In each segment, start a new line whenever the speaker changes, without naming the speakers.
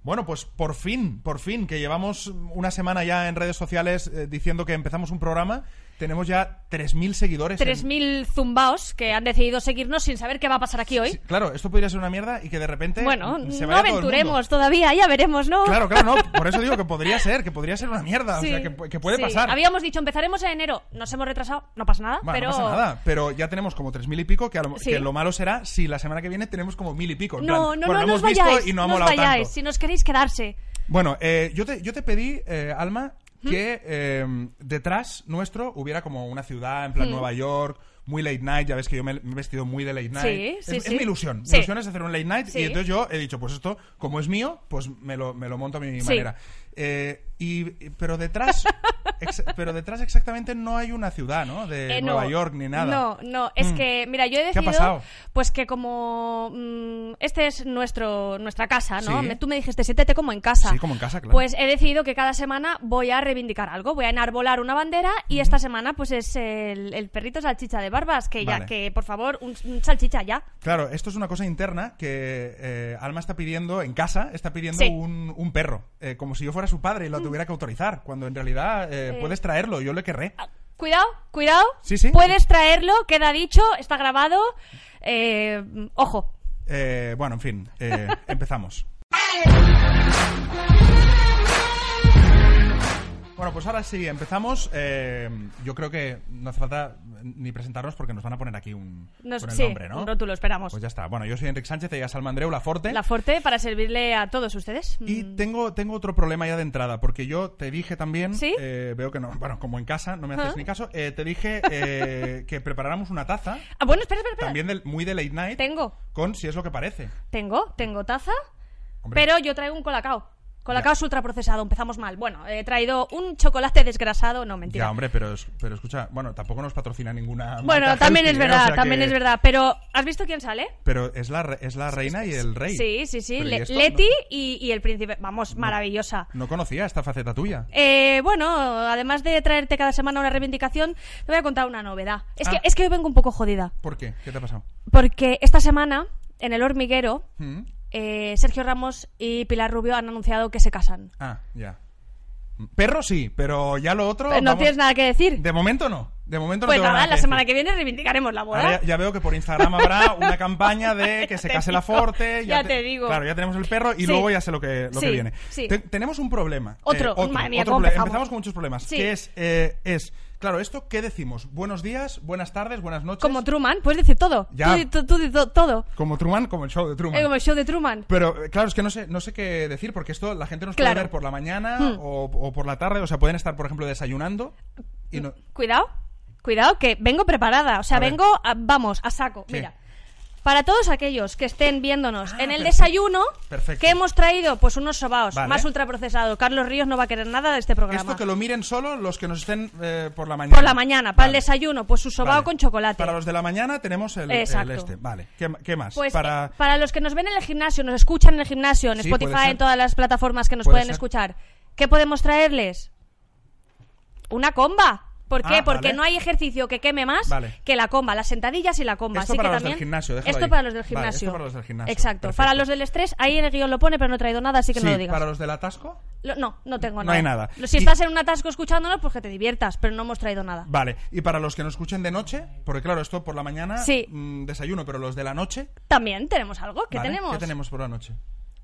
Bueno, pues por fin, por fin, que llevamos una semana ya en redes sociales eh, diciendo que empezamos un programa, tenemos ya 3.000 seguidores. en-
3.000 zumbaos que han decidido seguirnos sin saber qué va a pasar aquí hoy.
Sí, claro, esto podría ser una mierda y que de repente
bueno,
mm, se vaya todo el
no
mundo.
aventuremos todavía, ya veremos, ¿no?
Claro, claro, no. Por eso digo que podría ser, que podría ser una mierda.
Sí,
o sea, que, que puede
sí.
pasar.
Habíamos dicho, empezaremos en enero, nos hemos retrasado, no pasa nada,
Bueno,
pero...
no pasa nada, pero ya tenemos como 3.000 y pico, que, a lo,
Sí.
que lo malo será si la semana que viene tenemos como 1.000 y pico. en
No,
plan,
no,
bueno, lo
no, no os
hemos visto
vayáis,
y no ha
no os
molado
vayáis,
tanto.
si nos queréis quedarse.
Bueno, eh, yo, te, yo te pedí, eh, Alma, que eh, detrás nuestro hubiera como una ciudad, en plan Nueva York, muy late night. Ya ves que yo me, me he vestido muy de late night.
sí,
es,
sí.
es mi ilusión. Mi
Sí.
ilusión es hacer un late night.
Sí.
Y entonces yo he dicho, pues esto, como es mío, pues me lo, me lo monto a mi
Sí.
manera. Eh, y, y- pero detrás ex- pero detrás exactamente no hay una ciudad, ¿no? De
Eh, no,
Nueva York ni nada.
No, no, es
Mm.
que, mira, yo he
¿Qué ha
decidido
pasado?
pues que como mm, este es nuestro nuestra casa, ¿no?
Sí.
Me- Tú me dijiste, siéntete como en casa.
Sí, como en casa, claro.
Pues he decidido que cada semana voy a reivindicar algo, voy a enarbolar una bandera y esta semana pues es el, el perrito salchicha de barbas, que
Vale.
ya que por favor, un, un salchicha ya.
Claro, esto es una cosa interna que eh, Alma está pidiendo, en casa, está pidiendo
Sí. Mm.
un, un perro. eh, como si yo fuera su padre y lo tuviera que autorizar. Cuando en realidad eh,
Eh.
puedes traerlo, yo le querré.
Ah, Cuidado, cuidado.
Sí, sí.
Puedes traerlo, queda dicho, está grabado. Eh, ojo.
Eh, bueno, en fin, eh, empezamos. Bueno, pues ahora sí, empezamos. Eh, yo creo que no hace falta ni presentarnos porque nos van a poner aquí un,
Nos-
con el
sí,
nombre, ¿no?
un rótulo, esperamos.
Pues ya está. Bueno, yo soy Enrique Sánchez, ella es Almandreu Laforte.
La fuerte para servirle a todos ustedes. Mm.
Y tengo, tengo otro problema ya de entrada, porque yo te dije también,
¿Sí?
eh, veo que no, bueno, como en casa, no me haces ni caso, eh, te dije eh, que preparáramos una taza,
Ah, bueno, espera, espera, espera.
también del- muy de late night,
Tengo.
con si es lo que parece.
Tengo, tengo taza,
Hombre.
pero yo traigo un colacao. Colacao es ultraprocesado, empezamos mal. Bueno, he traído un chocolate desgrasado, no, mentira.
Ya, hombre, pero, es- pero escucha, bueno, tampoco nos patrocina ninguna.
bueno,
marca
también es
healthy, ¿eh?
verdad,
O sea
también
que-
es verdad. Pero, ¿has visto quién sale?
Pero es la, re- es la reina y el rey.
Sí, sí, sí.
Pero ¿y
Le-
esto?
Leti y, y el príncipe. Vamos, maravillosa.
No, no conocía esta faceta tuya.
Eh, bueno, además de traerte cada semana una reivindicación, te voy a contar una novedad. Es,
Ah.
que, es que hoy vengo un poco jodida.
¿Por qué? ¿Qué te ha pasado?
Porque esta semana, en El Hormiguero,
¿Mm?
eh, Sergio Ramos y Pilar Rubio han anunciado que se casan.
Ah, ya. Perro sí, pero ya lo otro.
Eh, no
vamos-
tienes nada que decir.
De momento no. De momento no
Pues
tengo
nada,
nada
la
que
semana
decir.
que viene reivindicaremos la boda.
Ahora ya, ya veo que por Instagram habrá una campaña de que se
Te
case la
digo,
Forte.
ya te digo.
Claro, ya tenemos el perro y
Sí.
luego ya sé lo que, lo que
Sí,
viene.
sí.
Te- tenemos un problema. eh,
Otro, madre mía, ¿cómo
proble-
empezamos?
empezamos con muchos problemas.
Sí.
Que es, eh, es, claro, esto, ¿qué decimos? Buenos días, buenas tardes, buenas noches.
Como Truman, puedes decir todo.
Ya.
Tú, di- tú- tú di to- todo.
Como Truman, como el show de Truman.
Eh, como el show de Truman.
Pero eh, claro, es que no sé, no sé qué decir, porque esto la gente nos
Claro. Hmm.
puede ver por la mañana o, o por la tarde. O sea, pueden estar, por ejemplo, desayunando
Mm.
y no.
Cuidado, cuidado, que vengo preparada. O sea,
A ver.
vengo, a- vamos, a saco.
Sí. Ah,
Mira. Para todos aquellos que estén viéndonos en el
perfecto.
desayuno,
Perfecto.
que hemos traído pues unos sobaos
Vale.
más ultraprocesado. Carlos Ríos no va a querer nada de este programa.
Esto que lo miren solo los que nos estén eh, por la mañana.
Por la mañana, para el
Vale.
desayuno, pues su sobao
Vale.
con chocolate.
Para los de la mañana tenemos el, el
Exacto.
este. Vale. ¿Qué, qué más?
Pues eh,
para
para... los que nos ven en el gimnasio, nos escuchan en el gimnasio, en
Sí, puede
Spotify,
ser.
en todas las plataformas que nos
Puede
pueden
ser.
escuchar, ¿qué podemos traerles? Una comba. ¿Por qué?
Ah,
Porque
vale.
no hay ejercicio que queme más
Vale.
que la comba, las sentadillas y la comba.
Esto
Así
para
que
los del
también...
gimnasio, déjalo
Esto
ahí.
para los del
Vale, esto
gimnasio.
para los del gimnasio,
Exacto.
perfecto.
Para los del estrés, ahí en el guión lo pone, pero no he traído nada, así que
Sí,
no lo digas.
para los del atasco.
Lo- No, no tengo nada.
No hay nada.
Si
Y-
estás en un atasco escuchándonos, pues que te diviertas, pero no hemos traído nada.
Vale. Y para los que nos escuchen de noche, porque claro, esto por la mañana
Sí.
mm, desayuno, pero los de la noche.
También tenemos algo. ¿Qué
¿vale?
tenemos?
¿Qué tenemos por la noche?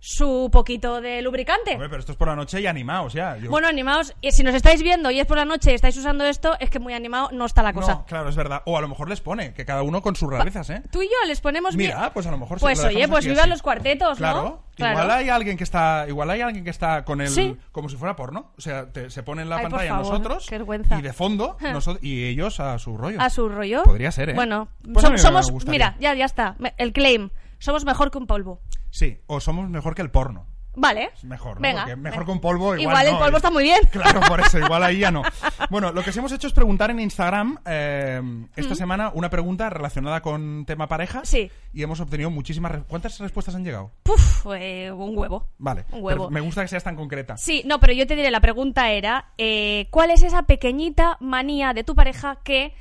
Su poquito de lubricante.
Hombre, pero esto es por la noche y animaos ya. Yo-
Eh. Bueno, animaos. Y si nos estáis viendo y es por la noche y estáis usando esto, es que muy animado no está la
no,
cosa.
claro, es verdad. O a lo mejor les pone, que cada uno con sus rarezas, ¿eh?
Tú y yo les ponemos. mi-
Mira, pues a lo mejor se
Pues
lo
oye,
dejamos
pues
aquí
vivan
así.
los cuartetos,
claro.
¿no?
Igual hay alguien que está, igual hay alguien que está con el
Sí.
como si fuera porno, o sea, te- se pone en la
Ay, por
pantalla
favor,
nosotros
qué vergüenza.
y de fondo noso- y ellos a su rollo.
A su rollo.
Podría ser, ¿eh?
Bueno,
Pues a
som-
mí me
somos.
gustaría.
Mira, ya, ya está. Me- El claim. somos mejor que un polvo.
Sí, o somos mejor que el porno.
Vale.
Mejor, ¿no?
Venga,
Porque mejor
venga.
que un polvo. Igual,
Igual el
no,
polvo
y-
está muy bien.
Claro, por eso, igual ahí ya no. Bueno, lo que sí hemos hecho es preguntar en Instagram eh, esta semana una pregunta relacionada con tema pareja.
Sí.
Y hemos obtenido muchísimas. re- ¿Cuántas respuestas han llegado?
Puf, eh, un huevo.
Vale.
Un huevo.
pero me gusta que seas tan concreta.
Sí, no, pero yo te diré, la pregunta era, eh, ¿cuál es esa pequeñita manía de tu pareja que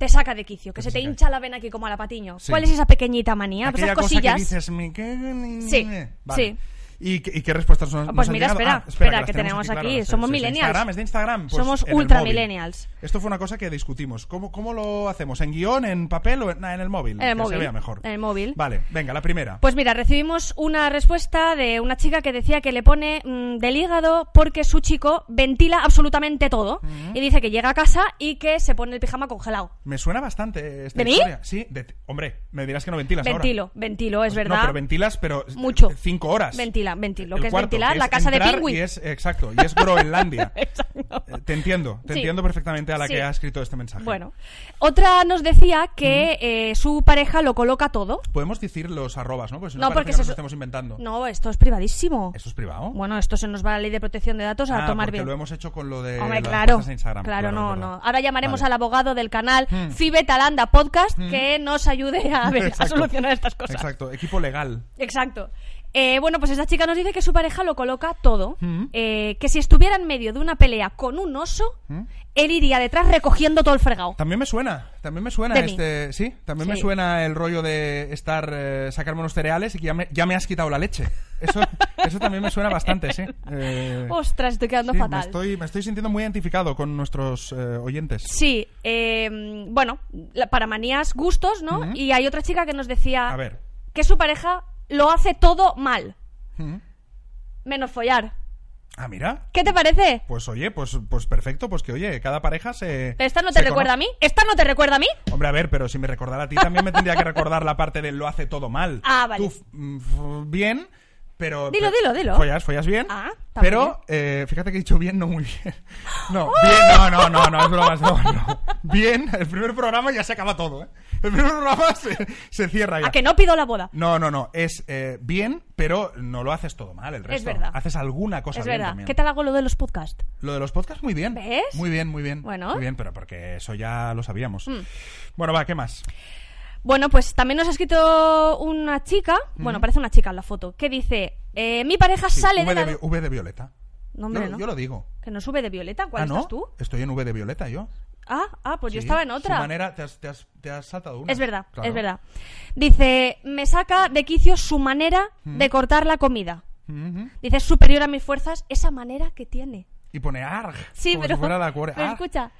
te saca de quicio, que
Que
se
te
te
saca.
hincha la vena aquí como a la patiño?
Sí.
¿Cuál es esa pequeñita manía? Pues
Aquella
esas
cosa
cosillas.
que dices, me cago en-
Sí,
Vale.
sí.
¿Y, qué- y qué respuestas nos,
Pues
nos han
mira,
llegado?
espera,
Ah,
espera,
las
que tenemos aquí,
claro, es-
somos
es de
millennials.
Instagram, es de Instagram. pues,
Somos
en el
ultra
móvil.
millennials.
Esto fue una cosa que discutimos. ¿Cómo, cómo lo hacemos? ¿En guión, en papel o en, nah, en el móvil?
En el
que
móvil.
se vea mejor.
En el móvil.
Vale, venga, la primera.
Pues mira, recibimos una respuesta de una chica que decía que le pone mm, del hígado porque su chico ventila absolutamente todo y dice que llega a casa y que se pone el pijama congelado.
Me suena bastante esta
¿De mí?
historia. Sí, de ti- hombre, me dirás que no ventilas
Ventilo,
ahora.
ventilo, es
Pues
verdad.
No, pero ventilas, pero
Mucho.
cinco horas.
Ventila, ventilo,
El
que es
cuarto,
ventilar
que
la
es
casa de
entrar
Pingüin.
Y es, exacto, y es Groenlandia.
Exacto.
Eh, te entiendo, te
Sí.
entiendo perfectamente a la
Sí.
que ha escrito este mensaje.
Bueno, otra nos decía que eh, su pareja lo coloca todo.
Podemos decir los arrobas, ¿no? Pues si no,
No,
parece
porque
que
se
nos
su-
lo estemos inventando.
No, esto es privadísimo.
¿Eso es privado?
Bueno, esto se nos va a la ley de protección de datos a
Ah,
tomar
porque
bien.
lo hemos hecho con lo de
Hombre,
las
claro,
cuentas de Instagram.
claro, no,
es verdad.
no. Ahora llamaremos
Vale.
al abogado del canal
Hmm.
Fibe Talanda Podcast que nos ayude a, ver, a
Exacto.
solucionar estas cosas.
Exacto, equipo legal.
Exacto. Eh, bueno, pues esta chica nos dice que su pareja lo coloca todo.
Mm.
eh, que si estuviera en medio de una pelea con un oso,
Mm.
él iría detrás recogiendo todo el fregado.
También me suena, también me suena
De mí.
este, sí, también me
Sí.
suena el rollo de estar eh, sacarme unos cereales y que ya me, ya me has quitado la leche. Eso, eso también me suena bastante, sí. Eh,
Ostras, estoy quedando
sí, me
fatal.
estoy, me estoy sintiendo muy identificado con nuestros eh, oyentes.
Sí, eh, bueno, la- para manías, gustos, ¿no?
Mm.
Y hay otra chica que nos decía
A ver.
que su pareja lo hace todo mal,
Mm.
menos follar.
Ah, mira.
¿Qué te parece?
Pues oye, pues, pues perfecto, pues que oye, cada pareja se.
¿Pero esta no
se
te recuerda
conoce.
a mí? ¿Esta no te recuerda a mí?
Hombre, a ver, pero si me recordara a ti también me tendría que recordar la parte de lo hace todo mal.
Ah,
Tú
vale.
f- mm, f- bien, pero...
Dilo,
pero-
dilo, dilo.
Follas, follas bien.
Ah, está muy
Pero, eh, fíjate que he dicho bien, no muy bien. No, bien, no, no, no, no, es broma, es broma, no. Bien, el primer programa ya se acaba todo, ¿eh? El primer programa se, se cierra ya.
A que no pido la boda.
No, no, no, es eh, bien, pero no lo haces todo mal el resto.
verdad.
Haces alguna cosa
Es
bien
verdad.
también.
¿Qué tal hago lo de los podcasts?
Lo de los podcasts, muy bien.
¿Ves?
Muy bien, muy bien.
Bueno. Mm.
Muy bien, pero porque eso ya lo sabíamos. Bueno, va, ¿qué más?
Bueno, pues también nos ha escrito una chica, bueno, parece una chica en la foto, que dice, eh, mi pareja
Sí,
sale
v
de la...
vi- V de Violeta.
No, hombre,
yo,
no.
yo lo digo.
Que no sube de Violeta, ¿cuál
Ah, ¿no?
estás tú?
Estoy en V de Violeta, yo.
Ah, ah, pues yo
Sí,
estaba en otra.
Su manera, te has, te has- te has saltado una.
Es verdad,
Claro.
es verdad. Dice, me saca de quicio su manera de cortar la comida.
Mhm.
Dice, es superior a mis fuerzas esa manera que tiene.
Y pone arg.
Sí,
como
pero,
si fuera la cuore- Ah.
pero
arg.
escucha,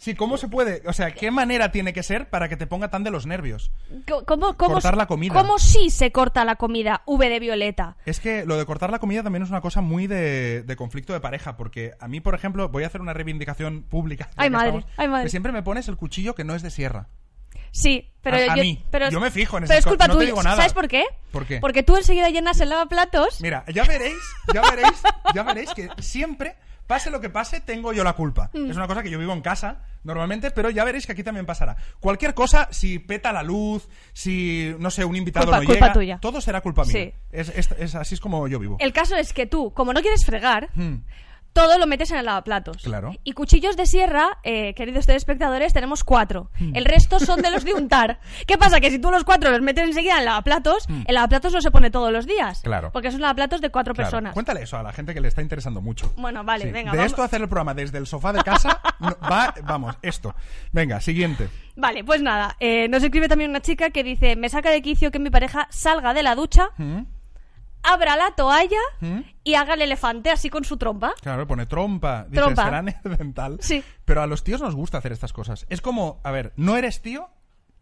Sí, ¿cómo se puede? O sea, ¿qué manera tiene que ser para que te ponga tan de los nervios?
co- ¿cómo, cómo,
Cortar la comida.
¿cómo sí se corta la comida V de Violeta?
Es que lo de cortar la comida también es una cosa muy de, de conflicto de pareja, porque a mí, por ejemplo, voy a hacer una reivindicación pública. ya
Ay,
que
madre,
estamos,
ay, madre.
que siempre me pones el cuchillo que no es de sierra.
Sí, pero,
A- a
yo,
mí.
pero
Yo me fijo en
Pero
esas
es culpa
cosas, no te
tuya.
digo nada.
¿Sabes por qué?
¿Por qué?
Porque tú enseguida llenas el lavaplatos.
Mira, ya veréis, ya veréis, ya veréis que siempre, pase lo que pase, tengo yo la culpa.
Mm.
Es una cosa que yo vivo en casa normalmente, pero ya veréis que aquí también pasará. Cualquier cosa, si peta la luz, si, no sé, un invitado
Culpa-
no
culpa
llega,
tuya.
todo será culpa mía.
Sí.
Es, es- es- así es como yo vivo.
El caso es que tú, como no quieres fregar,
Mm.
todo lo metes en el lavaplatos.
Claro.
Y cuchillos de sierra, eh, queridos telespectadores, tenemos cuatro.
Hmm.
El resto son de los de untar. ¿Qué pasa? Que si tú los cuatro los metes enseguida en el lavaplatos, el lavaplatos no se pone todos los días.
Hmm. Claro.
Porque es un lavaplatos de cuatro
Claro.
personas.
Cuéntale eso a la gente que le está interesando mucho.
Bueno, vale,
Sí.
venga,
De
vamos.
esto hacer el programa desde el sofá de casa, no- va, vamos, esto. Venga, siguiente.
Vale, pues nada. eh, nos escribe también una chica que dice: Me saca de quicio que mi pareja salga de la ducha,
Mm,
abra la toalla
mm.
y haga el elefante así con su trompa.
Claro, pone trompa. Dice,
Trompa.
será neodental.
Sí.
Pero a los tíos nos gusta hacer estas cosas. Es como, a ver, no eres tío,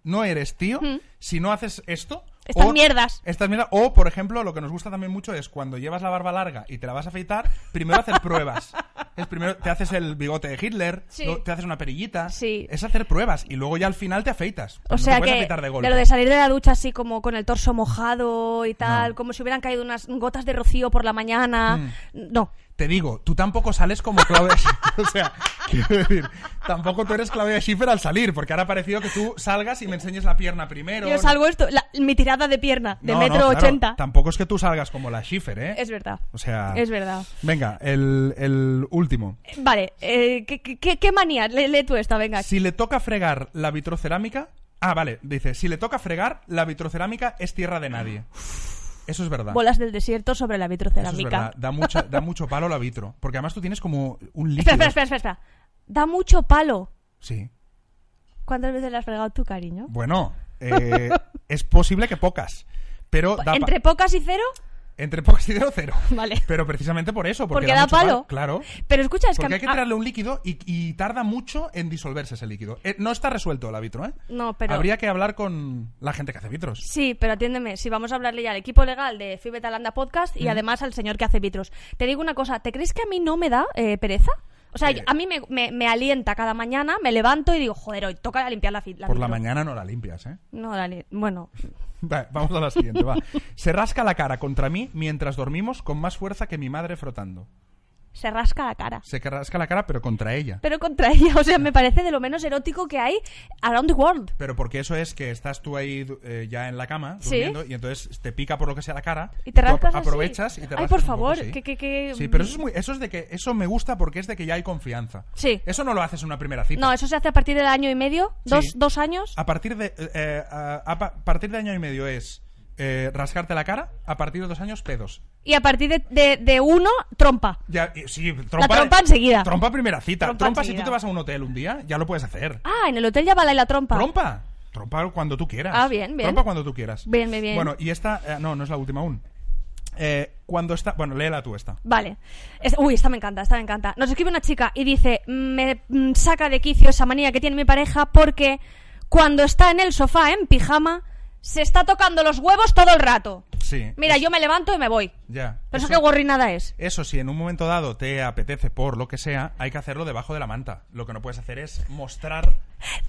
no eres tío si no haces esto.
Mm. Estas mierdas.
Estas mierdas. O, por ejemplo, lo que nos gusta también mucho es cuando llevas la barba larga y te la vas a afeitar, primero hacer pruebas. Es primero te haces el bigote de Hitler,
Sí.
luego te haces una perillita.
Sí.
Es hacer pruebas y luego ya al final te afeitas.
O
No te
sea
puedes
que
afeitar de golpe.
lo de salir de la ducha así como con el
Mm.
torso mojado y tal, como si hubieran caído unas gotas de rocío por la mañana. No.
te digo, tú tampoco sales como Claudia Schiffer. O sea, quiero decir, tampoco tú eres Claudia Schiffer al salir, porque ahora ha parecido que tú salgas y me enseñes la pierna primero.
Yo salgo esto, la- mi tirada de pierna, de
No, no,
metro
claro,
ochenta.
Tampoco es que tú salgas como la Schiffer, ¿eh?
Es verdad.
O sea.
Es verdad.
Venga, el, el último.
Eh, Vale, eh, ¿qué, qué- qué, qué manía? Lee, lee tú esta, venga.
Si le toca fregar la vitrocerámica. Ah, vale, dice: si le toca fregar, la vitrocerámica es tierra de nadie. Eso es verdad.
Bolas del desierto sobre la
Eso es
vitrocerámica.
verdad. Da, mucha, da mucho palo la vitro. Porque además tú tienes como un líquido.
Espera, espera, espera, espera, espera. Da mucho palo.
Sí.
¿Cuántas veces le has fregado tú, cariño?
Bueno, eh, es posible que pocas. Pero da pa-
¿Entre pocas y cero?
entre pocas y cero, cero.
Vale.
Pero precisamente por eso. Porque,
Porque da
mucho
palo.
Claro.
Pero escucha, es
Porque hay
que...
que
a-
traerle un líquido y, y tarda mucho en disolverse ese líquido. Eh, no está resuelto la vitro, ¿eh?
No, pero-
Habría que hablar con la gente que hace vitros.
Sí, pero atiéndeme, si vamos a hablarle ya al equipo legal de Fibe Talanda Podcast y además al señor que hace vitros. Te digo una cosa, ¿te crees que a mí no me da eh, pereza? O sea,
Eh.
a mí me, me- me alienta cada mañana, me levanto y digo, joder, hoy toca limpiar la, fi- la
Por la
vitro".
mañana no la limpias, ¿eh?
No, dale, bueno,
Vale, vamos a la siguiente, va. Se rasca la cara contra mí mientras dormimos con más fuerza que mi madre frotando.
se rasca la cara.
Se rasca la cara, pero contra ella.
Pero contra ella, o sea, me parece de lo menos erótico que hay around the world.
Pero porque eso es que estás tú ahí du- eh, ya en la cama
Sí.
durmiendo y entonces te pica por lo que sea la cara
Y te
tú ap-
rascas así.
aprovechas y te
Ay,
rascas
por
un poco,
favor,
sí.
que- que- que-
Sí, pero eso es muy eso es de que eso me gusta porque es de que ya hay confianza.
mm. Sí.
Eso no lo haces en una primera cita.
No, eso se hace a partir del año y medio, dos,
pues Sí.
dos años.
A partir de eh, eh, a, a pa- partir de año y medio es eh, rascarte la cara, a partir de dos años pedos.
Y a partir de, de- de uno, trompa.
Ya, eh, sí, trompa,
trompa enseguida.
Trompa primera cita. Trompa,
Trompa
si tú
enseguida.
te vas a un hotel un día, ya lo puedes hacer.
Ah, en el hotel ya va la, la trompa.
Trompa. Trompa cuando tú quieras.
Ah, bien, bien.
Trompa cuando tú quieras.
Bien, bien, bien.
Bueno, y esta, eh, no, no es la última aún. Eh, cuando está, bueno, léela tú esta.
Vale. Es- uy, esta me encanta, esta me encanta. Nos escribe una chica y dice, me mm, saca de quicio esa manía que tiene mi pareja porque cuando está en el sofá en pijama, se está tocando los huevos todo el rato.
Sí.
Mira,
es-
yo me levanto y me voy.
Ya.
Pero eso qué gorrinada es.
Eso, si en un momento dado te apetece por lo que sea, hay que hacerlo debajo de la manta. Lo que no puedes hacer es mostrar.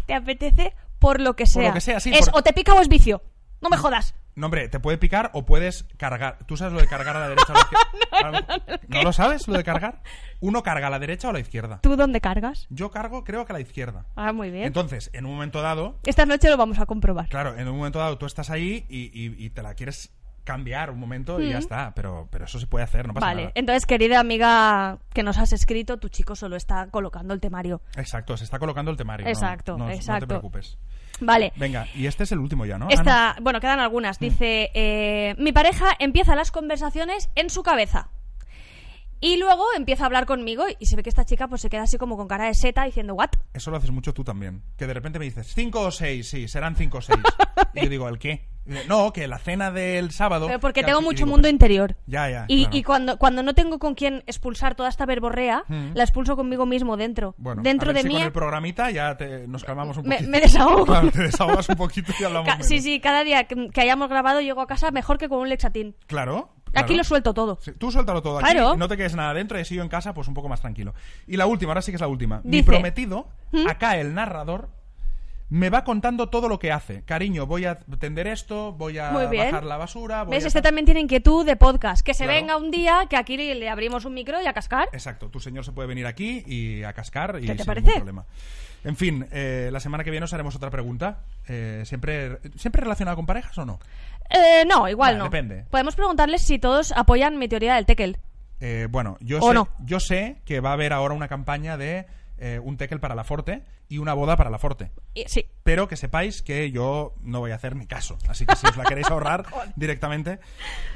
Te apetece por lo que sea.
lo que sea, sí,
Es
por-
o te pica o es vicio. No me jodas.
No, hombre, te puede picar o puedes cargar. ¿Tú sabes lo de cargar a la derecha o a la izquierda? no, lo sabes, lo de cargar? Uno carga a la derecha o a la izquierda.
¿Tú dónde cargas?
Yo cargo, creo que a la izquierda.
Ah, muy bien.
Entonces, en un momento dado,
Esta noche lo vamos a comprobar.
Claro, en un momento dado tú estás ahí y, y- y te la quieres cambiar un momento y ya está, pero, pero eso se puede hacer, no pasa
Vale,
nada.
entonces querida amiga que nos has escrito, tu chico solo está colocando el temario.
Exacto, se está colocando el temario. no-
Exacto,
no, no
exacto.
te preocupes.
Vale.
Venga, y este es el último ya, ¿no? Ah,
Esta, bueno, quedan algunas. Dice, eh, mi pareja empieza las conversaciones en su cabeza. Y luego empieza a hablar conmigo y se ve que esta chica pues se queda así como con cara de seta diciendo, ¿what?
no, Eso lo haces mucho tú también. Que de repente me dices, cinco o seis, sí, serán cinco o seis. y yo digo, ¿el qué? Y dice, No, que la cena del sábado...
Pero
que
porque
al
tengo
fin-". Y
mucho
digo,
mundo
"Pero-
interior.
Ya, ya,
Y,
claro.
y cuando, cuando no tengo con quién expulsar toda esta verborrea,
Mm.
la expulso conmigo mismo dentro.
Bueno,
dentro
a ver
de
si
mí.
con el programita ya te- nos calmamos un
Me,
poquito.
me desahogo.
Claro, te desahogas un poquito y hablamos
Ca- sí,
menos.
sí, cada día que, que hayamos grabado llego a casa mejor que con un lexatín.
Claro, claro.
Aquí lo suelto todo.
Sí, tú suéltalo todo aquí,
Claro.
no te quedes nada dentro y así yo en casa pues un poco más tranquilo. Y la última, ahora sí que es la última. Mi
Dice- ¿Mm?
prometido, acá el narrador, me va contando todo lo que hace. Cariño, voy a tender esto, voy a
Muy bien.
bajar la basura, voy
¿Ves?
a...
Este también tiene inquietud de podcast. Que se
Claro. Eh.
venga un día, que aquí le le abrimos un micro y a cascar.
Exacto, tu señor se puede venir aquí y a cascar y
¿Qué te
sin
parece?
ningún problema. En fin, eh, la semana que viene os haremos otra pregunta. Eh, ¿siempre, ¿Siempre relacionada con parejas o no?
Eh, no, igual
Vale,
no.
depende.
Podemos preguntarles si todos apoyan mi teoría del tekel.
Eh, bueno, yo
¿O
sé,
no?
yo sé que va a haber ahora una campaña de eh, un tekel para la Forte y una boda para la Forte.
Y- Sí.
Pero que sepáis que yo no voy a hacer ni caso. Así que si os la queréis ahorrar directamente.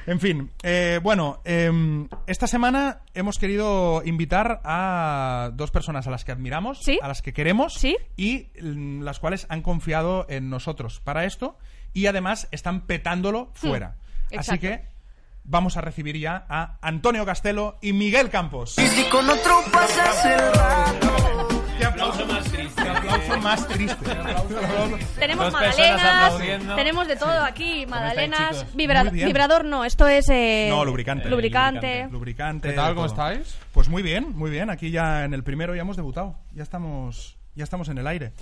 En fin, eh, bueno, em, esta semana hemos querido invitar a dos personas a las que admiramos,
Sí.
a las que queremos
Sí.
y mm, las cuales han confiado en nosotros para esto y además están petándolo fuera. Así
Hmm. exacto.
que vamos a recibir ya a Antonio Castelo y Miguel Campos.
Y si con otro pasas el rato.
¡Qué aplauso más triste! ¡Qué aplauso más triste!
Tenemos
Dos personas
magdalenas,
aplaudiendo.
tenemos de todo aquí. Magdalenas,
chicos?
vibra-
Muy bien.
vibrador no, esto es... eh,
No, lubricante.
Lubricante.
Lubricante.
¿Qué tal? ¿Cómo
todo.
estáis?
Pues muy bien, muy bien. Aquí ya en el primero ya hemos debutado. Ya estamos, ya estamos en el aire.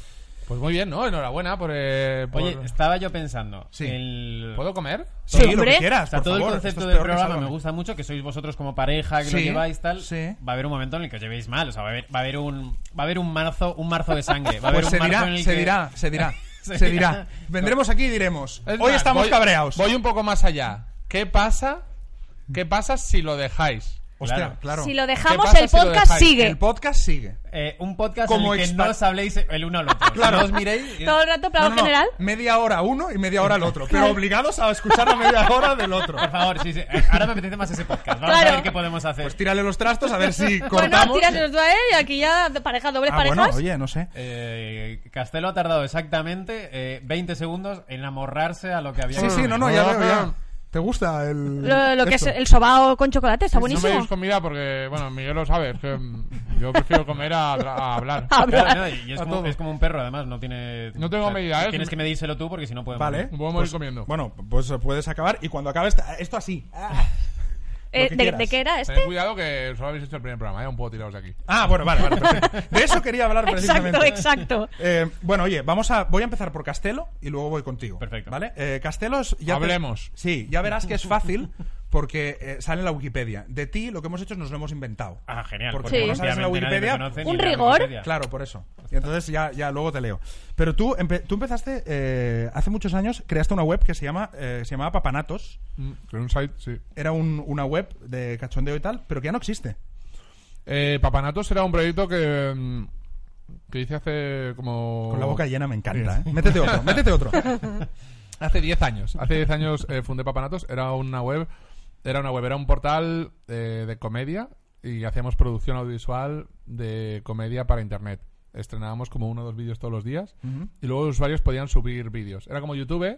Pues muy bien, ¿no? Enhorabuena por... eh, por-
Oye, estaba yo pensando.
Sí.
el-
¿Puedo comer?
Sí, lo
hombre.
que quieras,
O sea,
por
todo
favor,
el
esto es
concepto del
peor que
programa me
Sálvame.
gusta mucho, que sois vosotros como pareja, que lo
Sí,
lleváis tal.
sí.
Va a haber un momento en el que os llevéis mal, o sea, va a haber, va a haber un va a haber un marzo, un marzo de sangre, va a haber
Pues se
un marzo
dirá,
en el
se
que-
dirá, se dirá,
Se
se
dirá.
dirá. Vendremos aquí y diremos,
Es
hoy
más,
estamos
voy-
cabreados.
Voy un poco más allá. ¿Qué pasa? ¿Qué pasa si lo dejáis?
Hostia,
Claro.
claro.
Si lo dejamos,
pasa
el
si lo
podcast
dejáis?
sigue.
El podcast sigue.
Eh, un podcast
Como
en el que
expa-
no os habléis el uno al otro.
Claro.
No os miréis. y-
Todo el rato,
No,
plano
no, no.
general.
Media hora uno y media hora el otro. Pero obligados a escuchar la media hora del otro.
Por favor, sí, sí. Eh, Ahora me apetece más ese podcast. Vamos
Claro.
a ver qué podemos hacer.
Pues tírale los trastos a ver si
Bueno,
cortamos.
tíraselos tú a él y aquí ya de pareja, dobles
ah, bueno,
parejas.
oye, no sé.
Eh, Castelo ha tardado exactamente eh, 20 segundos en amorrarse a lo que había.
Sí, sí, no, no, ya veo, ya. ¿Te gusta el...?
lo, lo que es
esto?
el sobao con chocolate, está
No me
buenísimo.
deis comida porque, bueno, Miguel lo sabe. es que, mm, yo prefiero comer a, a hablar.
Ah,
Claro, no, y es,
A
como,
todo.
es como un perro, además, no tiene.
No tengo medida, ¿eh?
Tienes que medírselo tú porque si no puedes.
Vale.
morir.
Voy a morir
pues,
comiendo.
Bueno, pues puedes acabar y cuando acabes, esto así. Ah,
Eh,
lo que
¿de,
quieras. Eh,
de qué era
Tened
este?
cuidado que solo habéis hecho el primer programa, ¿eh? Aún puedo tiraros de aquí.
Ah, bueno, vale, vale. perfecto. De eso quería hablar precisamente.
Exacto, exacto.
Eh, bueno, oye, vamos a, voy a empezar por Castelo y luego voy contigo.
Perfecto.
¿Vale? Eh, Castelos, ya. te-
Hablemos.
sí, ya verás que es fácil porque eh, sale en la Wikipedia. De ti, lo que hemos hecho es nos lo hemos inventado.
Ah, genial.
Porque
porque
Sí.
como no sabes en la
obviamente nadie me
Wikipedia.
conoce
Un
ni en la
rigor.
Wikipedia.
Claro, por eso. Y entonces ya, ya luego te leo. Pero tú, empe- tú empezaste eh, hace muchos años, creaste una web que se, llama, eh, se llamaba Papanatos.
Mm, En un site, sí.
Era un- una web de cachondeo y tal, pero que ya no existe.
Eh, Papanatos era un proyecto que, mm, que hice hace como...
Con la boca llena me encanta. ¿eh? Métete otro, métete otro.
Hace 10 años. Hace 10 años eh, fundé Papanatos. Era una web. Era una web, era un portal eh, de comedia y hacíamos producción audiovisual de comedia para internet. Estrenábamos como uno o dos vídeos todos los días y luego los usuarios podían subir vídeos. Era como YouTube.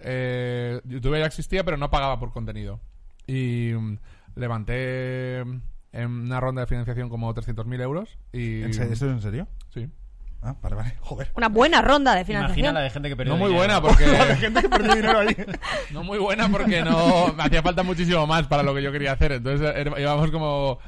Eh, YouTube ya existía, pero no pagaba por contenido. Y mm, levanté en una ronda de financiación como 300.000 euros. Y, mm,
¿En serio? ¿Esto es en serio?
Sí.
Ah, vale, vale. Joder.
Una buena ronda de
Imagina
financiación.
la de gente que perdió.
No muy
dinero.
buena porque...
Gente que perdió dinero ahí.
No muy buena porque no me hacía falta muchísimo más para lo que yo quería hacer. Entonces era- íbamos como...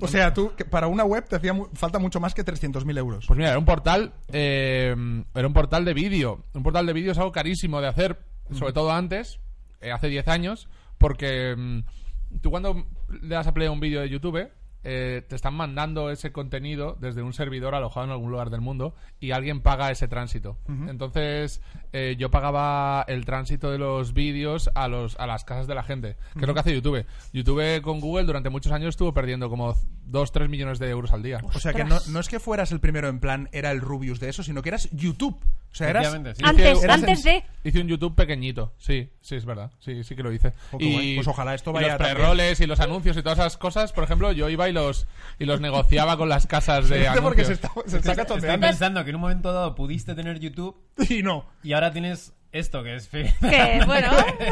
O sea, tú, que para una web te hacía mu- falta mucho más que 300.000 euros.
Pues mira, era un portal... eh, era un portal de vídeo. Un portal de vídeo es algo carísimo de hacer, sobre todo antes, eh, hace 10 años, porque mm, tú cuando le das a play a un vídeo de YouTube... eh, te están mandando ese contenido desde un servidor alojado en algún lugar del mundo y alguien paga ese tránsito. Entonces eh, yo pagaba el tránsito de los vídeos a los a las casas de la gente, que es lo que hace YouTube. YouTube con Google durante muchos años estuvo perdiendo como 2-3 millones de euros al día.
O sea, que no, no es que fueras el primero en plan, era el Rubius de eso, sino que eras YouTube. O sea, pues, eras...
Efectivamente, sí.
Antes,
Eras
antes
en-
de.
Hice un YouTube pequeñito, sí, sí, es verdad, sí, sí que lo hice.
Oh, qué guay. Pues ojalá esto
y
vaya
los prerroles y los anuncios y todas esas cosas, por ejemplo, yo iba y los y los negociaba con las casas de anuncios.
porque se está, se está
Estoy
cachondeando.
pensando que en un momento dado pudiste tener YouTube
Y no.
y ahora tienes esto que es.
Que, bueno.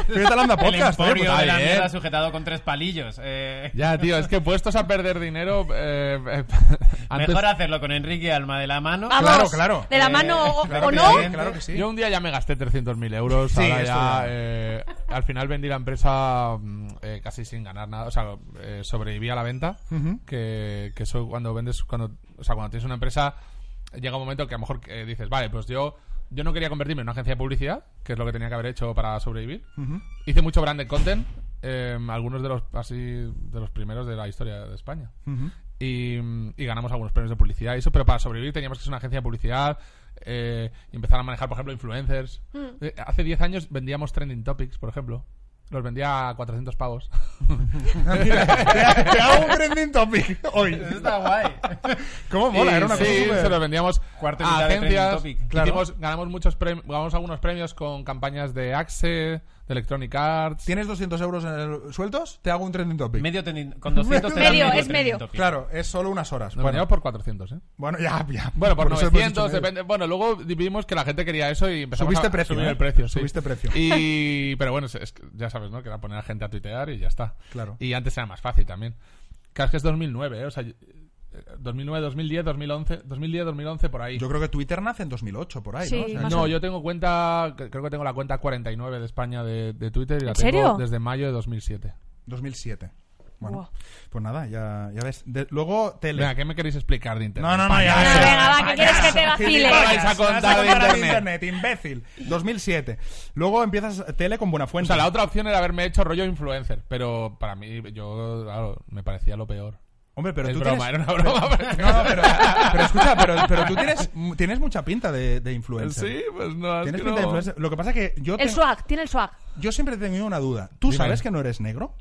Fíjate la onda
el
podcast, oye,
emporio
pues,
de la
bien.
mierda sujetado con tres palillos. Eh,
Ya, tío, es que puestos a perder dinero eh, eh, antes-
Mejor hacerlo con Enrique Alma de la mano.
Vamos.
Claro, claro.
De la
Eh,
mano o,
claro
o
que
no.
sí.
Claro que sí.
Yo un día ya me gasté 300.000 euros.
Sí,
ahora
esto
ya,
ya.
eh, al final vendí la empresa mm, eh, casi sin ganar nada. O sea, eh, sobreviví a la venta. Que, que eso cuando vendes, cuando, o sea, cuando tienes una empresa, llega un momento que a lo mejor eh, dices, vale, pues yo, yo no quería convertirme en una agencia de publicidad, que es lo que tenía que haber hecho para sobrevivir. Hice mucho branded content. eh, algunos de los así de los primeros de la historia de España y, y ganamos algunos premios de publicidad y eso, pero para sobrevivir teníamos que ser una agencia de publicidad eh, y empezar a manejar, por ejemplo, influencers. Eh, hace 10 años vendíamos Trending Topics, por ejemplo. Los vendía a 400 pavos.
Ah, Mira, te, te hago un trending topic hoy.
Eso está guay.
¿Cómo mola?
Y
era una
sí,
cosa súper-
se los vendíamos
Cuarto y
a
mitad de
agencias.
Trending Topic.
Claro. Hicimos- ganamos, muchos premios, ganamos algunos premios con campañas de Axe, de Electronic Arts.
¿Tienes 200 euros en el- sueltos? Te hago un trending topic.
Medio tendin- con 200 te
Medio,
dan
es
trending
medio.
topic.
Claro, es solo unas horas.
Nos
bueno,
vendíamos por 400, ¿eh?
bueno, ya, ya.
Bueno, por,
eso hemos dicho
900,
medio.
depende. Bueno, luego vimos que la gente quería eso y empezamos
Subiste
a
precio,
subir
¿eh?
el precio. sí.
Subiste precio.
Y, pero bueno, es- es que ya sabes, ¿no? Que era poner a gente a tuitear y ya está.
Claro.
Y antes era más fácil también. Claro, es que es 2009, ¿eh? O sea, yo- eh, 2009, 2010, 2011, 2010, 2011, por ahí.
Yo creo que Twitter nace en 2008, por ahí,
Sí,
¿no? O sea,
más o
no, yo tengo cuenta, cre- creo que tengo la cuenta 49 de España de, de Twitter y la
¿En
tengo
serio?
desde mayo de 2007.
2007. Bueno,
Buah.
pues nada, ya, ya ves. De- luego tele.
Venga, ¿qué me queréis explicar de internet?
No, no, no, ya.
Payaso.
Venga, venga, va, que quieres que te vacile.
Gilipollas,
Vais a
vas
contar de
comparar internet,
internet.
imbécil. 2007. Luego empiezas tele con buena
O
fuente.
sea, la otra opción era haberme hecho rollo influencer, pero para mí, yo, claro, me parecía lo peor.
Hombre, pero
es
tú
broma,
tienes-
era una broma.
No, no, pero, pero escucha, pero, pero tú tienes, tienes mucha pinta de, de influencer.
Sí, pues no, es
Tienes
que
pinta de
no.
influencer. Lo que pasa es que yo,
El
tengo-
swag, tiene el swag.
yo siempre he tenido una duda. ¿Tú
Dime.
sabes que no eres negro?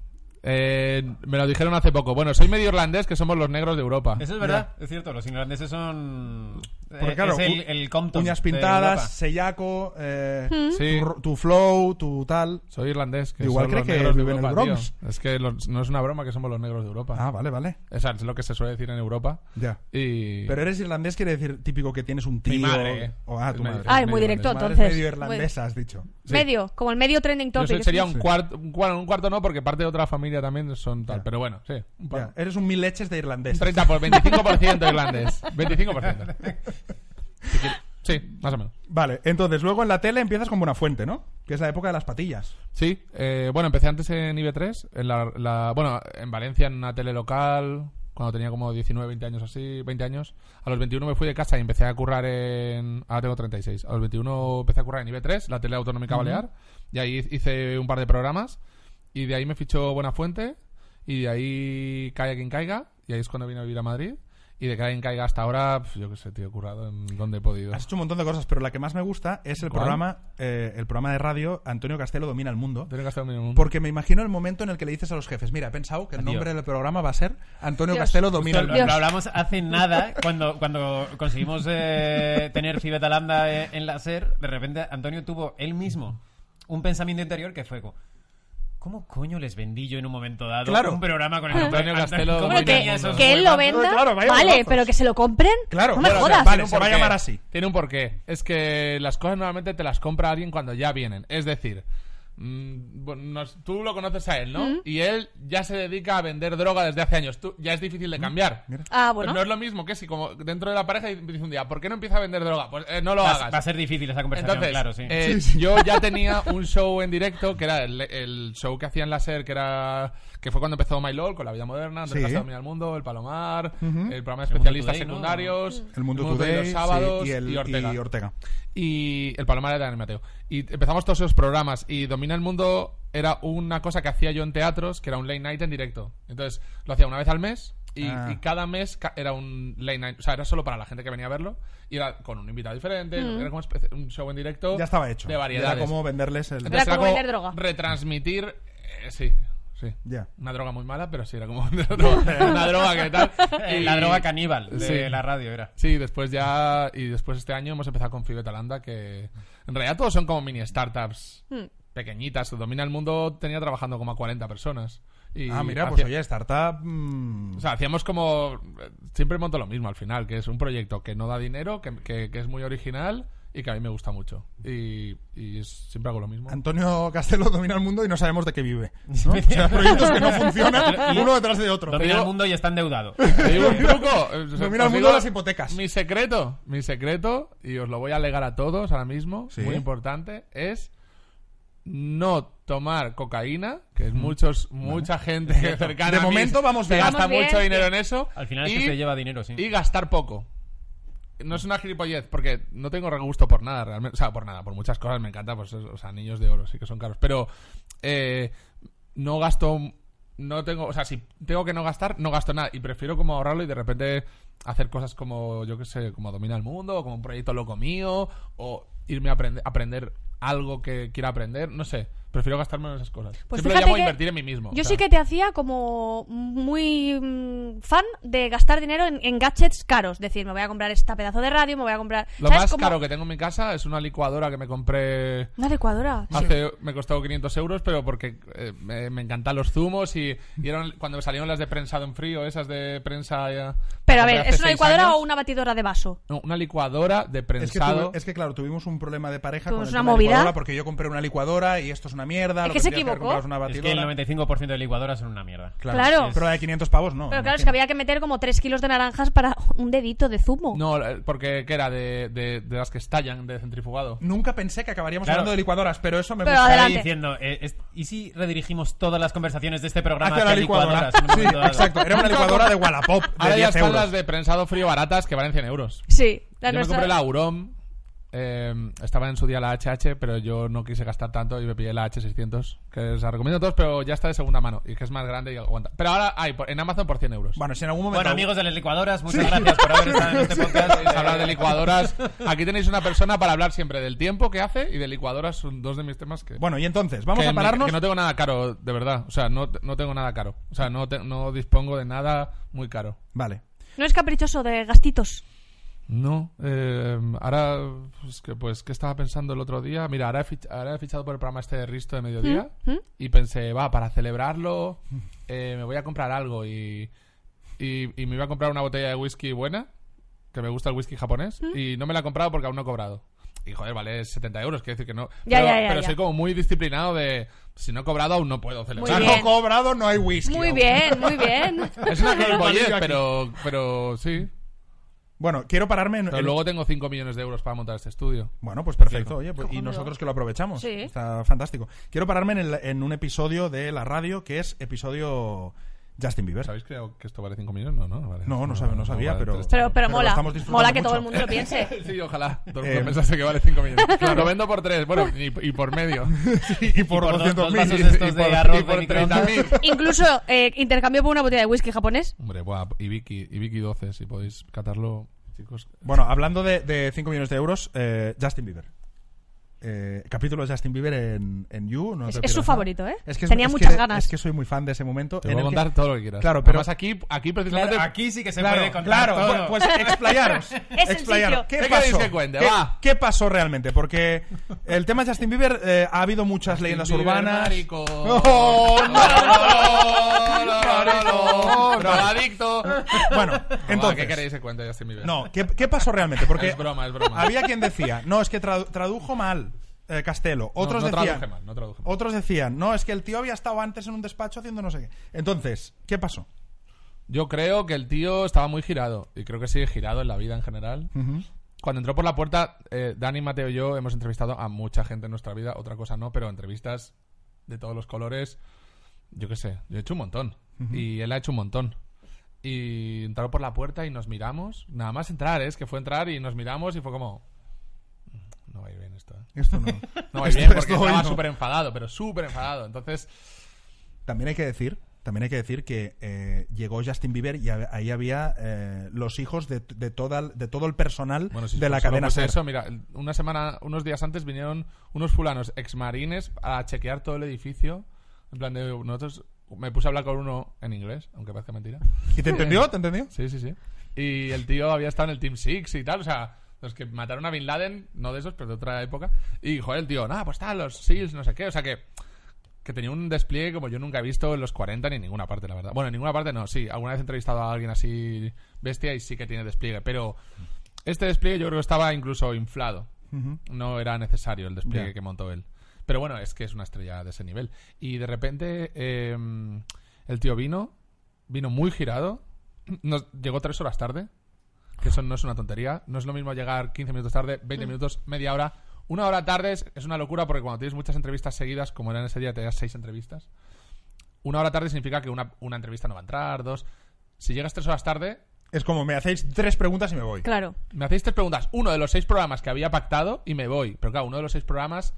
Eh, me lo dijeron hace poco. Bueno, soy medio irlandés, que somos los negros de Europa.
Eso es verdad, es cierto. Los irlandeses son.
Porque
eh,
claro,
es el,
u-
el Compton.
uñas
de Europa.
pintadas, sellaco, eh,
Mm.
Sí.
tu, ro- tu flow, tu tal.
Soy irlandés. Que
Igual
son
cree
los
que
negros de
vive en el
Europa,
Bronx.
tío. Es que los- no es una broma que somos los negros de Europa.
Ah, vale, vale.
O sea, es lo que se suele decir en Europa.
Ya.
Y...
Pero eres irlandés quiere decir típico que tienes un tío.
Mi madre.
O, ah, tu
Es
madre.
medio-
Ah, es
medio
muy directo,
irlandés.
Madre es
entonces.
medio irlandesa, has dicho.
Muy- Medio, como el medio trending
Yo
topic.
soy- sería
es-
un cuarto, un, cuar- un cuarto no, porque parte de otra familia también son tal.
Ya.
Pero bueno, sí. Un par-
Ya, eres un mil leches de
un
irlandés.
30 por 25% irlandés. 25%. Si quieres- sí, más o menos.
Vale, entonces luego en la tele empiezas con Buenafuente, ¿no? Que es la época de las patillas.
Sí, eh, bueno, empecé antes en IB3, en la, la- bueno, en Valencia, en una tele local, cuando tenía como 19, 20 años así, 20 años. A los 21 me fui de casa y empecé a currar en... Ahora tengo 36. A los 21 empecé a currar en IB3, la tele autonómica Balear, y ahí hice un par de programas, y de ahí me fichó Buenafuente, y de ahí Caiga quien caiga, y ahí es cuando vine a vivir a Madrid. Y de Caiga quien caiga hasta ahora, pf, yo qué sé, tío, he currado en donde he podido.
Has hecho un montón de cosas, pero la que más me gusta es el
¿Cuál?
programa eh, el programa de radio Antonio Castelo Domina el Mundo.
Tengo que gastar un mínimo.
Porque me imagino el momento en el que le dices a los jefes, mira, he pensado que el
Adiós.
nombre del programa va a ser Antonio Castelo Domina el
Lo-
Mundo.
Lo, hablamos hace nada, cuando, cuando conseguimos eh, tener Fibetalanda eh, en la SER, de repente Antonio tuvo él mismo un pensamiento interior que fue como, ¿Cómo coño les vendí yo en un momento dado
Claro.
un programa con el nombre
Antonio
de
Castelo
¿Cómo
Hombre,
Domina el
tenía
mundo.
esos
que, que él lo
huevazos?
venda,
Claro, vaya
vale,
huevazos.
pero que se lo compren.
Claro,
no me
bueno,
jodas.
vale, se va a
porqué.
llamar así.
Tiene un porqué. Es que las cosas normalmente te las compra alguien cuando ya vienen. Es decir, mm, bueno, nos- tú lo conoces a él, ¿no?
Mm.
Y él ya se dedica a vender droga desde hace años. Tú, ya es difícil
Mm,
de cambiar.
Ah, bueno.
No es lo mismo que si como dentro de la pareja dice un día, ¿por qué no empieza a vender droga? Pues eh, no lo
Va, a-
hagas.
va a ser difícil esa conversación,
Entonces,
claro, sí.
eh, yo ya tenía un show en directo que era el, el show que hacía en la SER, que era que fue cuando empezó My LOL con la vida moderna, Andrés
Sí.
Casado Domina el Mundo, El Palomar, el programa de
Mundo
especialistas
Today, ¿no?
secundarios,
El Mundo
de
Today
los
sí,
sábados
y, el,
y Ortega
y Ortega.
y el Palomar era de Dani Mateo. Y empezamos todos esos programas y Domina el Mundo era una cosa que hacía yo en teatros, que era un late night en directo. Entonces, lo hacía una vez al mes y,
Ah.
y cada mes ca- era un late night, o sea, era solo para la gente que venía a verlo y era con un invitado diferente,
Mm.
era como espe- un show en directo.
Ya estaba hecho.
De variedades.
Era como venderles el...
Entonces,
Era como vender droga.
retransmitir, eh, sí, sí.
Ya.
Una droga muy mala, pero sí, era como vender droga. una droga que tal.
Eh,
Y-
la droga caníbal de
Sí.
la radio era.
Sí, después ya. Y después este año hemos empezado con Fibetalanda, que en realidad todos son como mini startups pequeñitas. Domina el mundo tenía trabajando como a 40 personas. Y
Ah, mira, pues
hacía-
oye, startup... mm,
O sea, hacíamos como. Siempre monto lo mismo al final, que es un proyecto que no da dinero, que, que- que es muy original y que a mí me gusta mucho. Y, y es- siempre hago lo mismo.
Antonio Castelo domina el mundo y no sabemos de qué vive. ¿no? O sea, proyectos que no funcionan uno detrás de otro.
Domina
digo-
el mundo y está endeudado.
Te digo un truco. eh,
Domina
os- os
el mundo
digo
de las hipotecas.
Mi secreto, mi secreto, y os lo voy a alegar a todos ahora mismo,
Sí.
muy importante, es no tomar cocaína, que es muchos, mucha gente cercana
De
a mí
momento vamos
se
bien.
gasta
Vamos
mucho
bien,
dinero
sí.
en eso.
Al final es
y,
que se lleva dinero, sí.
y gastar poco. No es una gilipollez, porque no tengo regusto por nada, realmente. O sea, por nada, por muchas cosas me encanta, pues, o sea, anillos de oro sí que son caros. Pero eh, no gasto. No tengo. O sea, si tengo que no gastar, no gasto nada. Y prefiero como ahorrarlo y de repente hacer cosas como, yo qué sé, como Domina el Mundo, o como un proyecto loco mío, o irme a aprender, aprender algo que quiera aprender, no sé. Prefiero gastarme en esas cosas.
Pues
Siempre
fíjate
llamo a
que
invertir en mí mismo.
Yo
o sea.
sí que te hacía como muy mm, fan de gastar dinero en, en gadgets caros. Es decir, me voy a comprar esta pedazo de radio, me voy a comprar.
Lo
¿sabes?
más
Como
caro que tengo en mi casa es una licuadora que me compré
Una licuadora.
Hace, me costó 500 euros, pero porque eh, me, me encantan los zumos y, y eran cuando me salieron las de prensado en frío, esas de prensa. eh,
Pero a
compré
ver,
hace
¿es una
seis
licuadora
años.
o una batidora de vaso?
No, una licuadora de
Es que,
prensado.
tuve- es que, claro, tuvimos un problema de pareja
Tuvimos
con el
una
tema de la
movida.
licuadora porque yo compré una licuadora y esto es una una mierda.
Es
lo
que se
tendrías haber
equivocó.
comprado es una
Es que el
batidora.
95% de licuadoras son una mierda.
Claro.
Pero la de 500 pavos no.
Pero
me
claro, es
imagino.
que había que meter como 3 kilos de naranjas para un dedito de zumo.
No, eh, porque que era de, de, de las que estallan de centrifugado.
Nunca pensé que acabaríamos
Claro.
hablando de licuadoras, pero eso me
Pero
gusta.
Estaba
Adelante.
diciendo, eh, es- ¿y si redirigimos todas las conversaciones de este programa
Hacia la licuadora.
licuadoras? en un
Sí,
momento dado?
exacto. Era una licuadora de Wallapop de
Ahora ya
10
están las
euros.
de prensado frío baratas que valen 100 euros.
Sí, la
Yo me
nuestra.
compré la Aurom. eh, estaba en su día la HH, pero yo no quise gastar tanto y me pillé la H600. Que se la recomiendo a todos, pero ya está de segunda mano. Y que es más grande y aguanta. Pero ahora hay por- en Amazon por 100 euros.
Bueno, si en algún momento...
Bueno, amigos de las licuadoras, muchas gracias por haber estado en este podcast.
Podéis hablar de licuadoras. Aquí tenéis una persona para hablar siempre del tiempo que hace y de licuadoras. Son dos de mis temas que.
Bueno, y entonces, vamos
que
a
me-
pararnos...
que no tengo nada caro, de verdad. O sea, no, no tengo nada caro. O sea, no, te- no dispongo de nada muy caro.
Vale.
No es caprichoso de gastitos.
No, eh, ahora, pues que, pues, ¿qué estaba pensando el otro día? Mira, ahora he, fich- ahora he fichado por el programa este de Risto de Mediodía
¿Mm?
y pensé, va, para celebrarlo eh, me voy a comprar algo y, y, y me iba a comprar una botella de whisky buena, que me gusta el whisky japonés,
¿Mm?
y no me la he comprado porque aún no he cobrado. Y joder, vale 70 euros, quiero decir que no.
Ya,
pero
ya, ya,
pero
ya.
soy como muy disciplinado de, si no he cobrado aún no puedo
O
celebrar.
sea,
Muy bien.
no cobrado, no hay whisky.
Muy
aún.
bien, muy bien.
Es una gilipollez,
Aquí.
pero, pero sí.
Bueno, quiero pararme en...
Pero
en-
luego tengo 5 millones de euros para montar este estudio.
Bueno, pues perfecto. Oye, pues- y
Cojonudo.
nosotros que lo aprovechamos.
Sí.
Está fantástico. Quiero pararme en, el- en un episodio de la radio que es episodio Justin Bieber.
¿Sabéis que, que esto vale 5 millones? No, no, vale.
No, no sabe- no sabía, pero-
Pero, pero,
Pero lo
mola.
estamos disfrutando
Mola que
mucho.
todo el mundo lo piense.
Sí, ojalá. Todo el
Eh,
mundo pensase que vale 5 millones. Lo vendo por 3, bueno, y, y por medio.
Y por
por dos-
200.000.
dos vasos
Y- y
estos
por-
de arroz
y por
de microondas.
30.000.
Incluso eh, intercambio por una botella de whisky japonés.
Hombre, buah, y Vicky, y Vicky 12, si podéis catarlo, chicos.
Bueno, hablando de, de 5 millones de euros, eh, Justin Bieber. Eh, capítulo de Justin Bieber en, en You. no
Es-
te
es
pierdas
su
nada.
favorito, ¿eh?
Es que es-
Tenía
es
muchas
que-
ganas.
Es que soy muy fan de ese momento.
Te
en
voy a
el que-
contar todo lo que quieras.
Claro, pero-
Además, aquí, aquí precisamente.
Claro, aquí sí que se puede
Claro,
contar
claro.
todo.
Bueno, pues explayaros.
el
explayaros.
sitio.
¿Qué
¿Qué queréis
pasó?
que cuente?
¿Qué,
Va.
qué pasó realmente? Porque el tema de Justin Bieber eh, ha habido muchas leyendas
Bieber,
urbanas.
marico.
¡Oh, no!
no, no, no, drogadicto.
Bueno, entonces.
¿Qué queréis que cuente? Justin Bieber?
No, ¿qué, qué pasó realmente? Porque
Es broma, es broma.
había quien decía, no, es que tradu- tradujo mal eh, Castelo. Otros
no
decían,
traduje mal, no traduje mal.
otros decían, no, es que el tío había estado antes en un despacho haciendo no sé qué. Entonces, ¿qué pasó?
Yo creo que el tío estaba muy girado. Y creo que sigue girado en la vida en general. Cuando entró por la puerta, eh, Dani, Mateo y yo hemos entrevistado a mucha gente en nuestra vida. Otra cosa no, pero entrevistas de todos los colores. Yo qué sé, yo he hecho un montón. Y él ha hecho un montón. Y entró por la puerta y nos miramos. Nada más entrar, ¿eh? es que fue entrar y nos miramos y fue como... No va a ir bien esto. ¿eh?
Esto no.
No va a
Esto-
ir bien porque
esto hoy
estaba
no.
súper enfadado, pero súper enfadado. Entonces,
También hay que decir, también hay que decir que eh, llegó Justin Bieber y a- ahí había eh, los hijos de, de toda, de todo el personal
Bueno, si
de la
solo
cadena
fuese
SER.
eso, mira, el- una semana, unos días antes vinieron unos fulanos exmarines a chequear todo el edificio. En plan de nosotros me puse a hablar con uno en inglés, aunque parezca mentira.
¿Y te entendió? ¿Te entendió?
Sí, sí, sí. Y el tío había estado en el Team Six y tal, o sea, los que mataron a Bin Laden, no de esos, pero de otra época. Y joder, el tío, nada, pues tal, los SEALs, no sé qué, o sea que que tenía un despliegue como yo nunca he visto en los 40 ni en ninguna parte, la verdad. Bueno, en ninguna parte no, sí. Alguna vez he entrevistado a alguien así bestia y sí que tiene despliegue, pero este despliegue yo creo que estaba incluso inflado. No era necesario el despliegue
Ya.
que montó él. Pero bueno, es que es una estrella de ese nivel. Y de repente eh, el tío vino, vino muy girado, nos llegó tres horas tarde, que eso no es una tontería. No es lo mismo llegar 15 minutos tarde, 20 minutos, media hora. Una hora tarde es, es una locura porque cuando tienes muchas entrevistas seguidas, como eran ese día, te das seis entrevistas. Una hora tarde significa que una, una entrevista no va a entrar, dos. Si llegas tres horas tarde,
Es como, me hacéis tres preguntas y me voy.
Claro.
me hacéis tres preguntas. Uno de los seis programas que había pactado y me voy. Pero claro, uno de los seis programas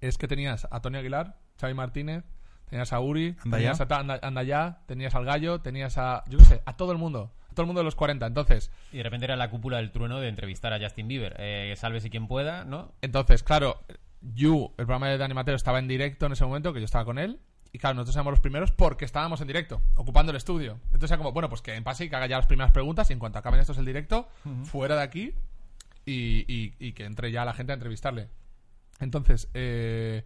es que tenías a Tony Aguilar, Xavi Martínez, tenías a Uri,
Anda
tenías
ya.
a Ta- Anda- Anda ya, tenías al Gallo, tenías a. Yo qué sé, a todo el mundo. A todo el mundo de los 40. Entonces,
Y de repente era la cúpula del trueno de entrevistar a Justin Bieber. Eh, sálvese quien pueda, ¿no?
Entonces, claro, You, el programa de Dani Mateo, estaba en directo en ese momento, que yo estaba con él. Y claro, nosotros éramos los primeros porque estábamos en directo, ocupando el estudio. Entonces era como, bueno, pues que en pase y que haga ya las primeras preguntas. Y en cuanto acaben estos el directo, fuera de aquí y, y- y que entre ya la gente a entrevistarle. Entonces, eh,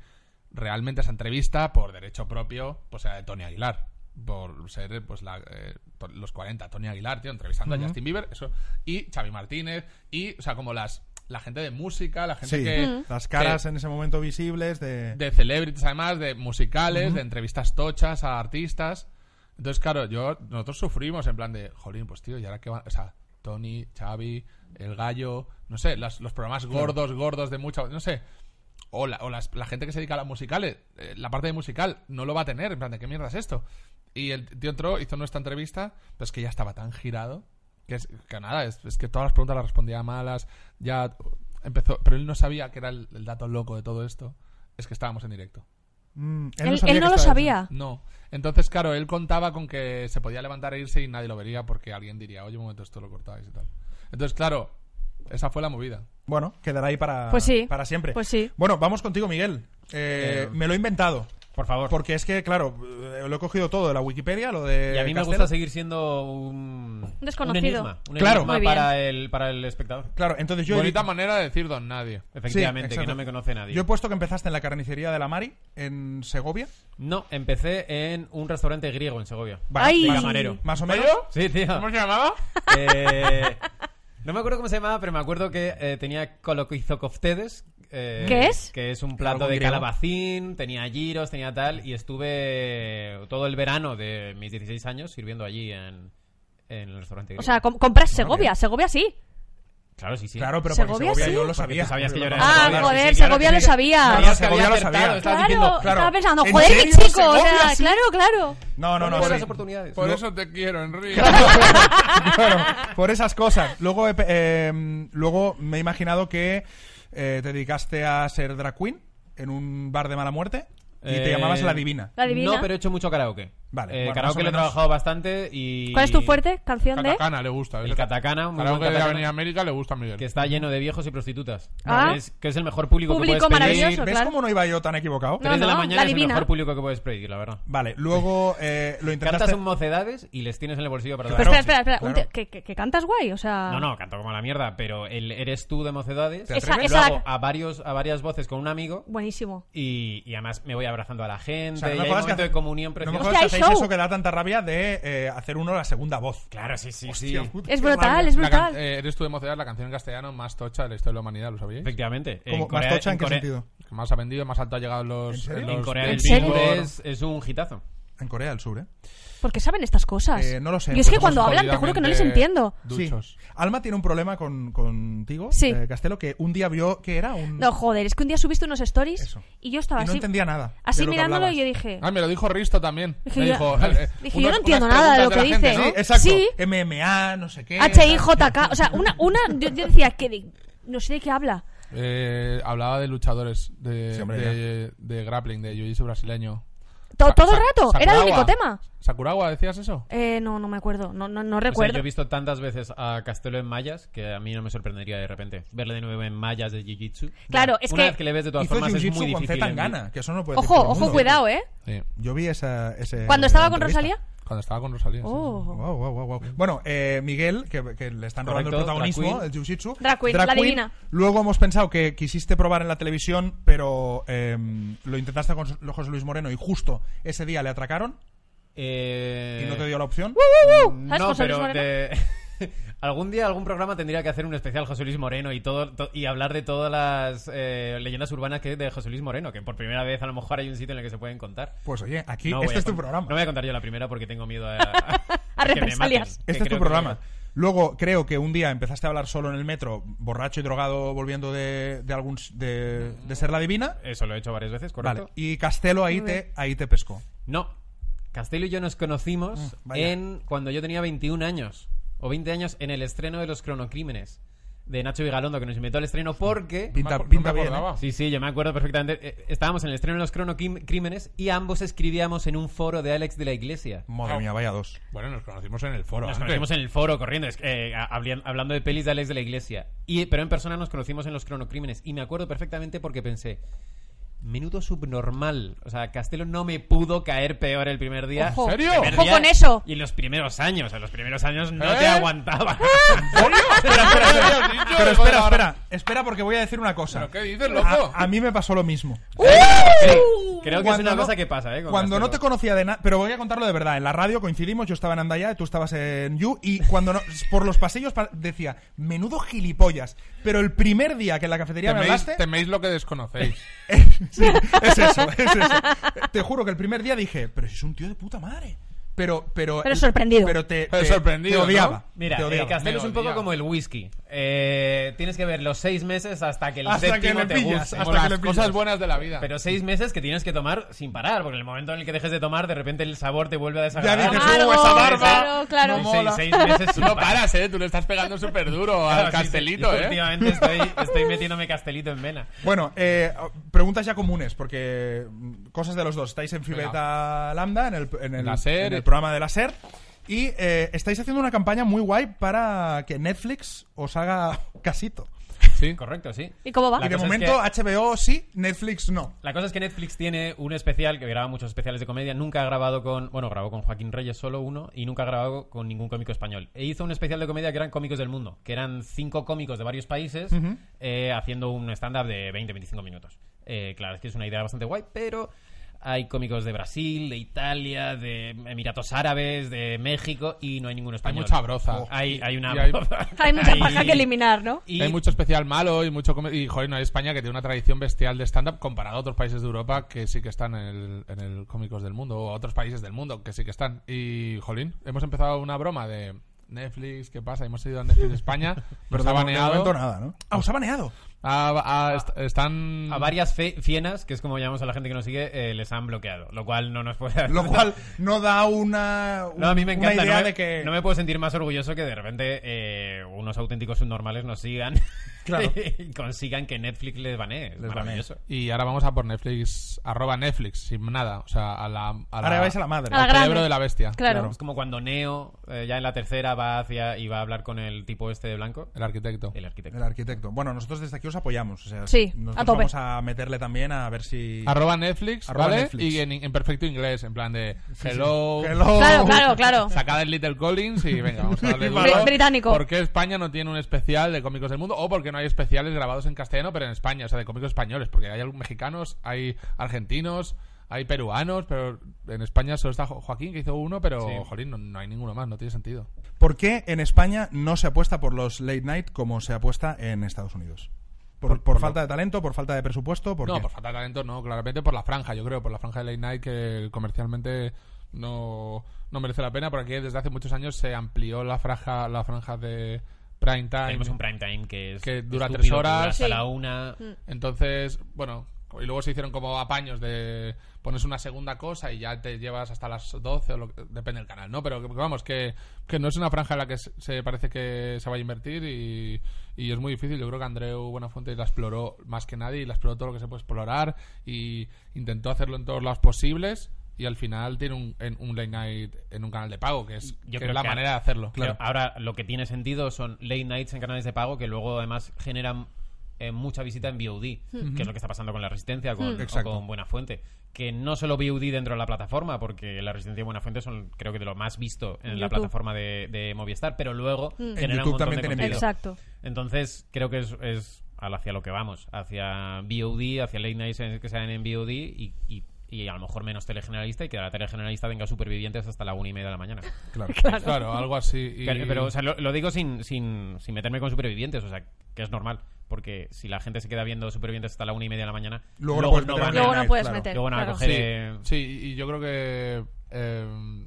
realmente esa entrevista, por derecho propio, pues era de Tony Aguilar. Por ser, pues, la, eh, to- los 40, Tony Aguilar, tío, entrevistando a Justin Bieber, eso, y Xavi Martínez, y, o sea, como las la gente de música, la gente
Sí,
que...
Mm.
las
que-
caras en ese momento visibles de...
de celebrities además, de musicales, de entrevistas tochas a artistas. Entonces, claro, yo nosotros sufrimos en plan de, jolín, pues tío, y ahora que van, o sea, Tony, Xavi, El Gallo, no sé, las- los programas gordos, gordos de mucha, no sé. O, la, o las- la gente que se dedica a las musicales, eh, la parte de musical no lo va a tener, en plan de, ¿qué mierda es esto? Y el tío entró, hizo nuestra entrevista, pero es que ya estaba tan girado, que, es, que nada, es, es que todas las preguntas las respondía malas, ya empezó, pero él no sabía que era el- el dato loco de todo esto, es que estábamos en directo.
Mm,
Él-
sabía
él no
que
lo
estaba
sabía.
No. Entonces, claro, él contaba con que se podía levantar e irse y nadie lo vería porque alguien diría, oye, un momento, esto lo cortáis y tal. Entonces, claro, esa fue la movida.
Bueno, quedará ahí para,
Pues sí.
para siempre.
Pues sí.
Bueno, vamos contigo, Miguel. Eh,
Eh,
me lo he inventado.
Por favor.
Porque es que, claro, eh, lo he cogido todo de la Wikipedia, lo de.
y a mí me
Castelo.
gusta seguir siendo un...
desconocido.
Un enigma, un
Claro.
enigma
Muy bien.
para, el, para el espectador.
Claro, entonces yo. he-
Bonita manera de decir don nadie.
Sí,
Efectivamente, que
exacto.
no me conoce nadie.
Yo he puesto que empezaste en la carnicería de la Mari, en Segovia.
No, empecé en un restaurante griego en Segovia.
Vale,
Ay.
más-
De camarero.
Más o menos.
Sí, tío.
¿Cómo se llamaba?
Eh, no me acuerdo cómo se llamaba, pero me acuerdo que eh, tenía coloquizocoftedes. eh,
¿Qué es?
Que es un plato
Algo
de
griego.
calabacín, tenía giros, tenía tal, y estuve todo el verano de mis 16 años sirviendo allí en, en el restaurante.
O
griego.
sea, com- compras Segovia, Segovia sí.
claro, sí, sí.
Claro, pero
Segovia
porque Segovia
sí.
yo lo
Porque
sabía.
tú sabías que yo era de
Ah, joder,
Segovia, sí, sí, claro
Segovia
que
lo
sí.
sabía.
Sabías que
Segovia
había
lo
acertado,
sabía.
estabas
Claro,
diciendo,
claro.
estaba pensando,
¿En
joder, qué
serio?
chico, o
Segovia,
sea,
sí.
claro, claro.
No, no, no.
Buenas
sí.
oportunidades.
Por
No.
eso te quiero, Enrique.
Claro, por esas cosas. Luego, he pe- eh, luego me he imaginado que eh, te dedicaste a ser drag queen en un bar de mala muerte y te
Eh,
llamabas la divina.
La divina.
No, pero he hecho mucho karaoke.
Vale,
Eh,
bueno, más o
karaoke lo he
menos.
trabajado bastante y...
¿Cuál es tu fuerte canción de?
Katakana le gusta.
El katakana, un
Claro
buen
que de
katakana.
Avenida América le gusta a Miguel.
Que está lleno de viejos y prostitutas.
Ah.
Es, que es el mejor público, que
Público
puedes pedir.
maravilloso.
¿Ves
claro.
cómo no iba yo tan equivocado?
No,
Tres de la
no,
mañana
la
es el
divina.
mejor público que puedes pedir, la verdad.
Vale, luego eh, lo
Cantas
intentaste.
en mocedades y les tienes en el bolsillo para
Pero
dar.
Claro,
Pues espera, espera, espera.
sí,
un
claro.
te- que, que- que cantas guay, o sea.
No, no, canto como la mierda, pero el eres tú de mocedades.
¿Te
Esa-
atreves?
Lo
esa-
hago a, varios, a varias voces con un amigo
Buenísimo.
y, y además me voy abrazando a la gente.
O sea, no
y
me
hay un
jodas que
momento de
hace-
comunión
no me
precioso.
jodas
Hostia,
que
hay
hacéis
show.
eso que da tanta rabia de eh, hacer uno la segunda voz.
Claro, sí, sí, sí.
Hostia, puta,
Es
qué
brutal,
rabia.
es
La can-
brutal.
eh, eres tú de mocedad la canción en castellano más tocha de la historia de la humanidad, ¿lo sabíais?
Efectivamente. En
¿Cómo? ¿Más
Corea-
tocha en qué
Corea-
sentido?
Que más ha vendido, más alto ha llegado los...
¿En serio?
los-
En Corea
el
del
serio?
Sur
Billboard.
es, es un hitazo.
En Corea del Sur, ¿eh?
¿Por qué saben estas cosas?
Eh, no lo sé,
Yo es que
porque
cuando
somos
hablan, te juro que no les
jodidamente
entiendo.
Duchos.
Sí. Alma tiene un problema con, contigo,
Sí.
eh, Castelo, que un día vio que era un.
No, joder, es que un día subiste unos stories
Mm. Eso.
y yo estaba
Y no
así.
entendía nada de
Así
lo que
mirándolo
hablabas.
y yo dije.
Ah, me lo dijo Risto también.
Dije
Me
yo-
dijo, eh,
dije, yo
unas-
no entiendo
unas
nada de lo que
preguntas la
dice. ¿eh?
gente,
Sí,
¿no?
exacto.
Sí.
MMA, no sé qué.
HIJK. O sea, una, una yo, yo decía, que de- no sé de qué habla.
Eh, hablaba de luchadores, de,
Sí, hombre,
de, de grappling, de jiu-jitsu brasileño.
To-
Sa-
todo el
Sa-
rato, era el
Sakurawa.
único tema.
¿Sakurawa decías eso?
Eh, no, no me acuerdo, no, no, no
O sea,
recuerdo.
yo he visto tantas veces a Castelo en mallas que a mí no me sorprendería de repente verle de nuevo en mallas de jiu-jitsu.
Claro, es
Una
que-
vez que le ves de todas
Hizo
formas es muy
jiu-jitsu con
difícil.
Z
en-
gana, que eso no lo puede decir todo
Ojo,
el
ojo,
mundo.
cuidado, ¿eh?
Sí.
Yo vi esa. Ese,
Cuando estaba con
entrevista.
Rosalía.
Cuando estaba con Rosalía. sí.
Oh.
Guau, guau, guau, guau. Bueno, eh, Miguel, que, que le están robando el
Correcto,
protagonismo,
drag
el
queen.
jiu-jitsu.
Drag queen, la divina.
Luego hemos pensado que quisiste probar en la televisión, pero eh, lo intentaste con lo- José Luis Moreno y justo ese día le atracaron
Eh,
y no te dio la opción.
uh, ¿Sabes
No,
José Luis
pero
Moreno?
de- algún día algún programa tendría que hacer un especial José Luis Moreno y todo to- y hablar de todas las eh, leyendas urbanas que de José Luis Moreno, que por primera vez a lo mejor hay un sitio en el que se pueden contar.
Pues oye, aquí,
No voy
este
a
es tu
con-
programa.
No voy a contar yo la primera porque tengo miedo a,
A
que me
represalias.
maten,
Este
que
es tu
creo que-
programa. Luego, creo que un día empezaste a hablar solo en el metro, borracho y drogado, volviendo de, de, algún, s- de, de ser la divina.
Eso lo he hecho varias veces, correcto.
Vale. Y Castelo ahí te, ahí te pescó.
No. Castelo y yo nos conocimos
Mm, vaya.
en cuando yo tenía 21 años o 20 años en el estreno de Los Cronocrímenes de Nacho Vigalondo que nos invitó al estreno porque
No me
Pinta,
acu- no
pinta
me
bien.
acordaba.
¿eh?
Sí, sí, yo me acuerdo perfectamente. Eh, Estábamos en el estreno de Los Cronocrímenes y ambos escribíamos en un foro de Alex de la Iglesia.
Madre mía, vaya dos.
Bueno, nos conocimos en el foro.
Nos
antes.
conocimos en el foro corriendo, es- eh, a- habli- hablando de pelis de Alex de la Iglesia. Y, pero en persona nos conocimos en los cronocrímenes. Y me acuerdo perfectamente porque pensé, menudo subnormal. O sea, Castelo no me pudo caer peor el primer día.
Ojo.
¿En serio?
Primer
Ojo
día
con eso.
Y los primeros años. En los primeros años no
¿Eh?
te aguantaba.
Pero,
Pero espera, espera, espera porque voy a decir una cosa.
¿Pero qué dices, loco?
A, a mí me pasó lo mismo.
Creo- Creo que es
Cuando
una
no-
cosa que pasa, ¿eh? con
Cuando no te
Castelo.
conocía de nada, pero voy a contarlo de verdad. En la radio coincidimos, yo estaba en Andaya, tú estabas en You, y cuando no, por los pasillos pa- decía, menudo gilipollas. Pero el primer día que en la cafetería me
Teméis,
hablaste.
teméis lo que desconocéis.
Sí, es eso, es eso. Te juro que el primer día dije, pero si es un tío de puta madre. Pero, pero.
Pero sorprendido.
Pero te,
Pero
te-
sorprendido,
te odiaba.
¿no?
Mira,
te
eh,
odiaba.
Castelo es un
Me
poco
odiaba.
como el whisky. Eh, tienes que ver los seis meses hasta que el
Hasta que
séptimo
le
te
pillas,
guste.
hasta
Como
que
las
le pillas.
cosas buenas de la vida.
Pero seis meses que tienes que tomar sin parar, porque en el momento en el que dejes de tomar, de repente el sabor te vuelve a desagradar.
dices,
Claro,
"Uh, esa barba,
Claro, claro.
no
Seis,
mola".
seis meses
Tú
sin
no
parar.
paras, ¿eh? Tú le estás pegando súper
Ah,
duro
Claro,
al
sí,
castelito,
sí,
¿eh?
Últimamente estoy, estoy metiéndome castelito en vena.
Bueno, eh, preguntas ya comunes, porque mm, cosas de los dos. Estáis en Fibeta Lambda, en el, en el-
La SER.
en el programa de la SER, y eh, estáis haciendo una campaña muy guay para que Netflix os haga casito.
Sí.
Correcto, sí.
¿Y cómo va?
La
y de
cosa es
momento
que-
HBO sí, Netflix no.
La cosa es que Netflix tiene un especial que graba muchos especiales de comedia. Nunca ha grabado con. Bueno, grabó con Joaquín Reyes solo uno y nunca ha grabado con ningún cómico español. E hizo un especial de comedia que eran cómicos del mundo, que eran cinco cómicos de varios países eh, haciendo un stand-up de 20-25 minutos. Eh, claro, es que es una idea bastante guay, pero hay cómicos de Brasil, de Italia, de Emiratos Árabes, de México y no hay ninguno español.
mucha broza.
Hay, hay una
Y hay-
broza.
Hay mucha
Hay-
paja que eliminar, ¿no?
y-
Hay mucho especial malo y mucho... come- Y, joder, no hay España que tiene una tradición bestial de stand-up comparado a otros países de Europa que sí que están en el, en el Cómicos del Mundo o a otros países del mundo que sí que están. Y, jolín, hemos empezado una broma de Netflix, ¿qué pasa? Hemos ido a Netflix de España, pero está
de- de
baneado.
momento nada, ¿no? Ah, os ha baneado.
A- a- est- están...
A varias fe- fienas, que es como llamamos a la gente que nos sigue, eh, les han bloqueado, lo cual no nos puede...
Lo cual no da una,
No, a mí me
una
encanta.
idea
no, me,
de que...
no me puedo sentir más orgulloso que de repente eh, unos auténticos subnormales nos sigan
Claro.
y consigan que Netflix les banee. Es
banee.
maravilloso.
Y ahora vamos a por Netflix, arroba Netflix, sin nada. O sea, a la... a
Ahora vais a la madre.
A la
al
grande.
cerebro de la bestia.
Claro.
Es como cuando Neo, eh, ya en la tercera, va hacia y va a hablar con el tipo este de blanco,
El arquitecto.
el arquitecto.
El arquitecto. Bueno, nosotros desde aquí os apoyamos. O sea,
Sí,
nosotros
a tope.
vamos a meterle también a ver si...
Arroba Netflix,
Arroba
¿vale?
Netflix.
Y en, en perfecto inglés, en plan de hello,
Hello.
Claro, claro, claro.
sacad el Little Collins y venga, vamos a darle duro.
Br- británico.
¿Por qué España no tiene un especial de cómicos del mundo? O porque no hay especiales grabados en castellano, pero en España, o sea, de cómicos españoles, porque hay mexicanos, hay argentinos, hay peruanos, pero en España solo está Jo- Joaquín, que hizo uno, pero,
Sí.
jolín, no, no hay ninguno más, no tiene sentido.
¿Por qué en España no se apuesta por los late night como se apuesta en Estados Unidos? ¿Por, por falta de talento? ¿Por falta de presupuesto? ¿Por
no,
qué?
por falta de talento, no, claramente por la franja, yo creo, por la franja de Late Night que comercialmente no, no merece la pena, porque desde hace muchos años se amplió la franja, la franja de prime time.
Tenemos un prime time que es
Que dura
estúpido,
tres
que
horas.
hasta
Sí.
la una.
Entonces, bueno, y luego se hicieron como apaños de pones una segunda cosa y ya te llevas hasta las 12, o lo que- depende del canal, ¿no? Pero que- vamos, que, que no es una franja en la que se- se parece que se va a invertir y, y es muy difícil. Yo creo que Andreu Buenafuente la exploró más que nadie y la exploró todo lo que se puede explorar y intentó hacerlo en todos lados posibles. Y al final tiene un, en- un late night en un canal de pago, que es, que
Yo
es
creo
la
que a-
manera de hacerlo.
Pero Eh, ahora lo que tiene sentido son late nights en canales de pago que luego además generan eh, mucha visita en VOD,
Hmm.
que es lo que está pasando con La Resistencia con,
Mm.
o
Exacto.
con Buena Fuente. Que no solo VOD dentro de la plataforma, porque La Resistencia y Buena Fuente son creo que de lo más visto en
YouTube.
la
Hmm.
plataforma de, de Movistar, pero luego generan
YouTube
un montón
también
de
tiene
contenido.
vídeo.
Exacto.
Entonces creo que es, es al- hacia lo que vamos, hacia VOD, hacia late nights en- que sean en VOD y... y- y a lo mejor menos telegeneralista y que la telegeneralista tenga supervivientes hasta la una y media de la mañana.
Claro.
claro. algo así. y-
Claro, Pero, o sea, lo, lo digo sin, sin, sin meterme con supervivientes, o sea, que es normal. Porque si la gente se queda viendo supervivientes hasta la una y media de la mañana,
Luego no puedes
no
meter
van
en
a,
Luego
Night,
no puedes
claro.
meter.
luego no van a
claro.
coger, eh,
Sí, y yo creo que eh,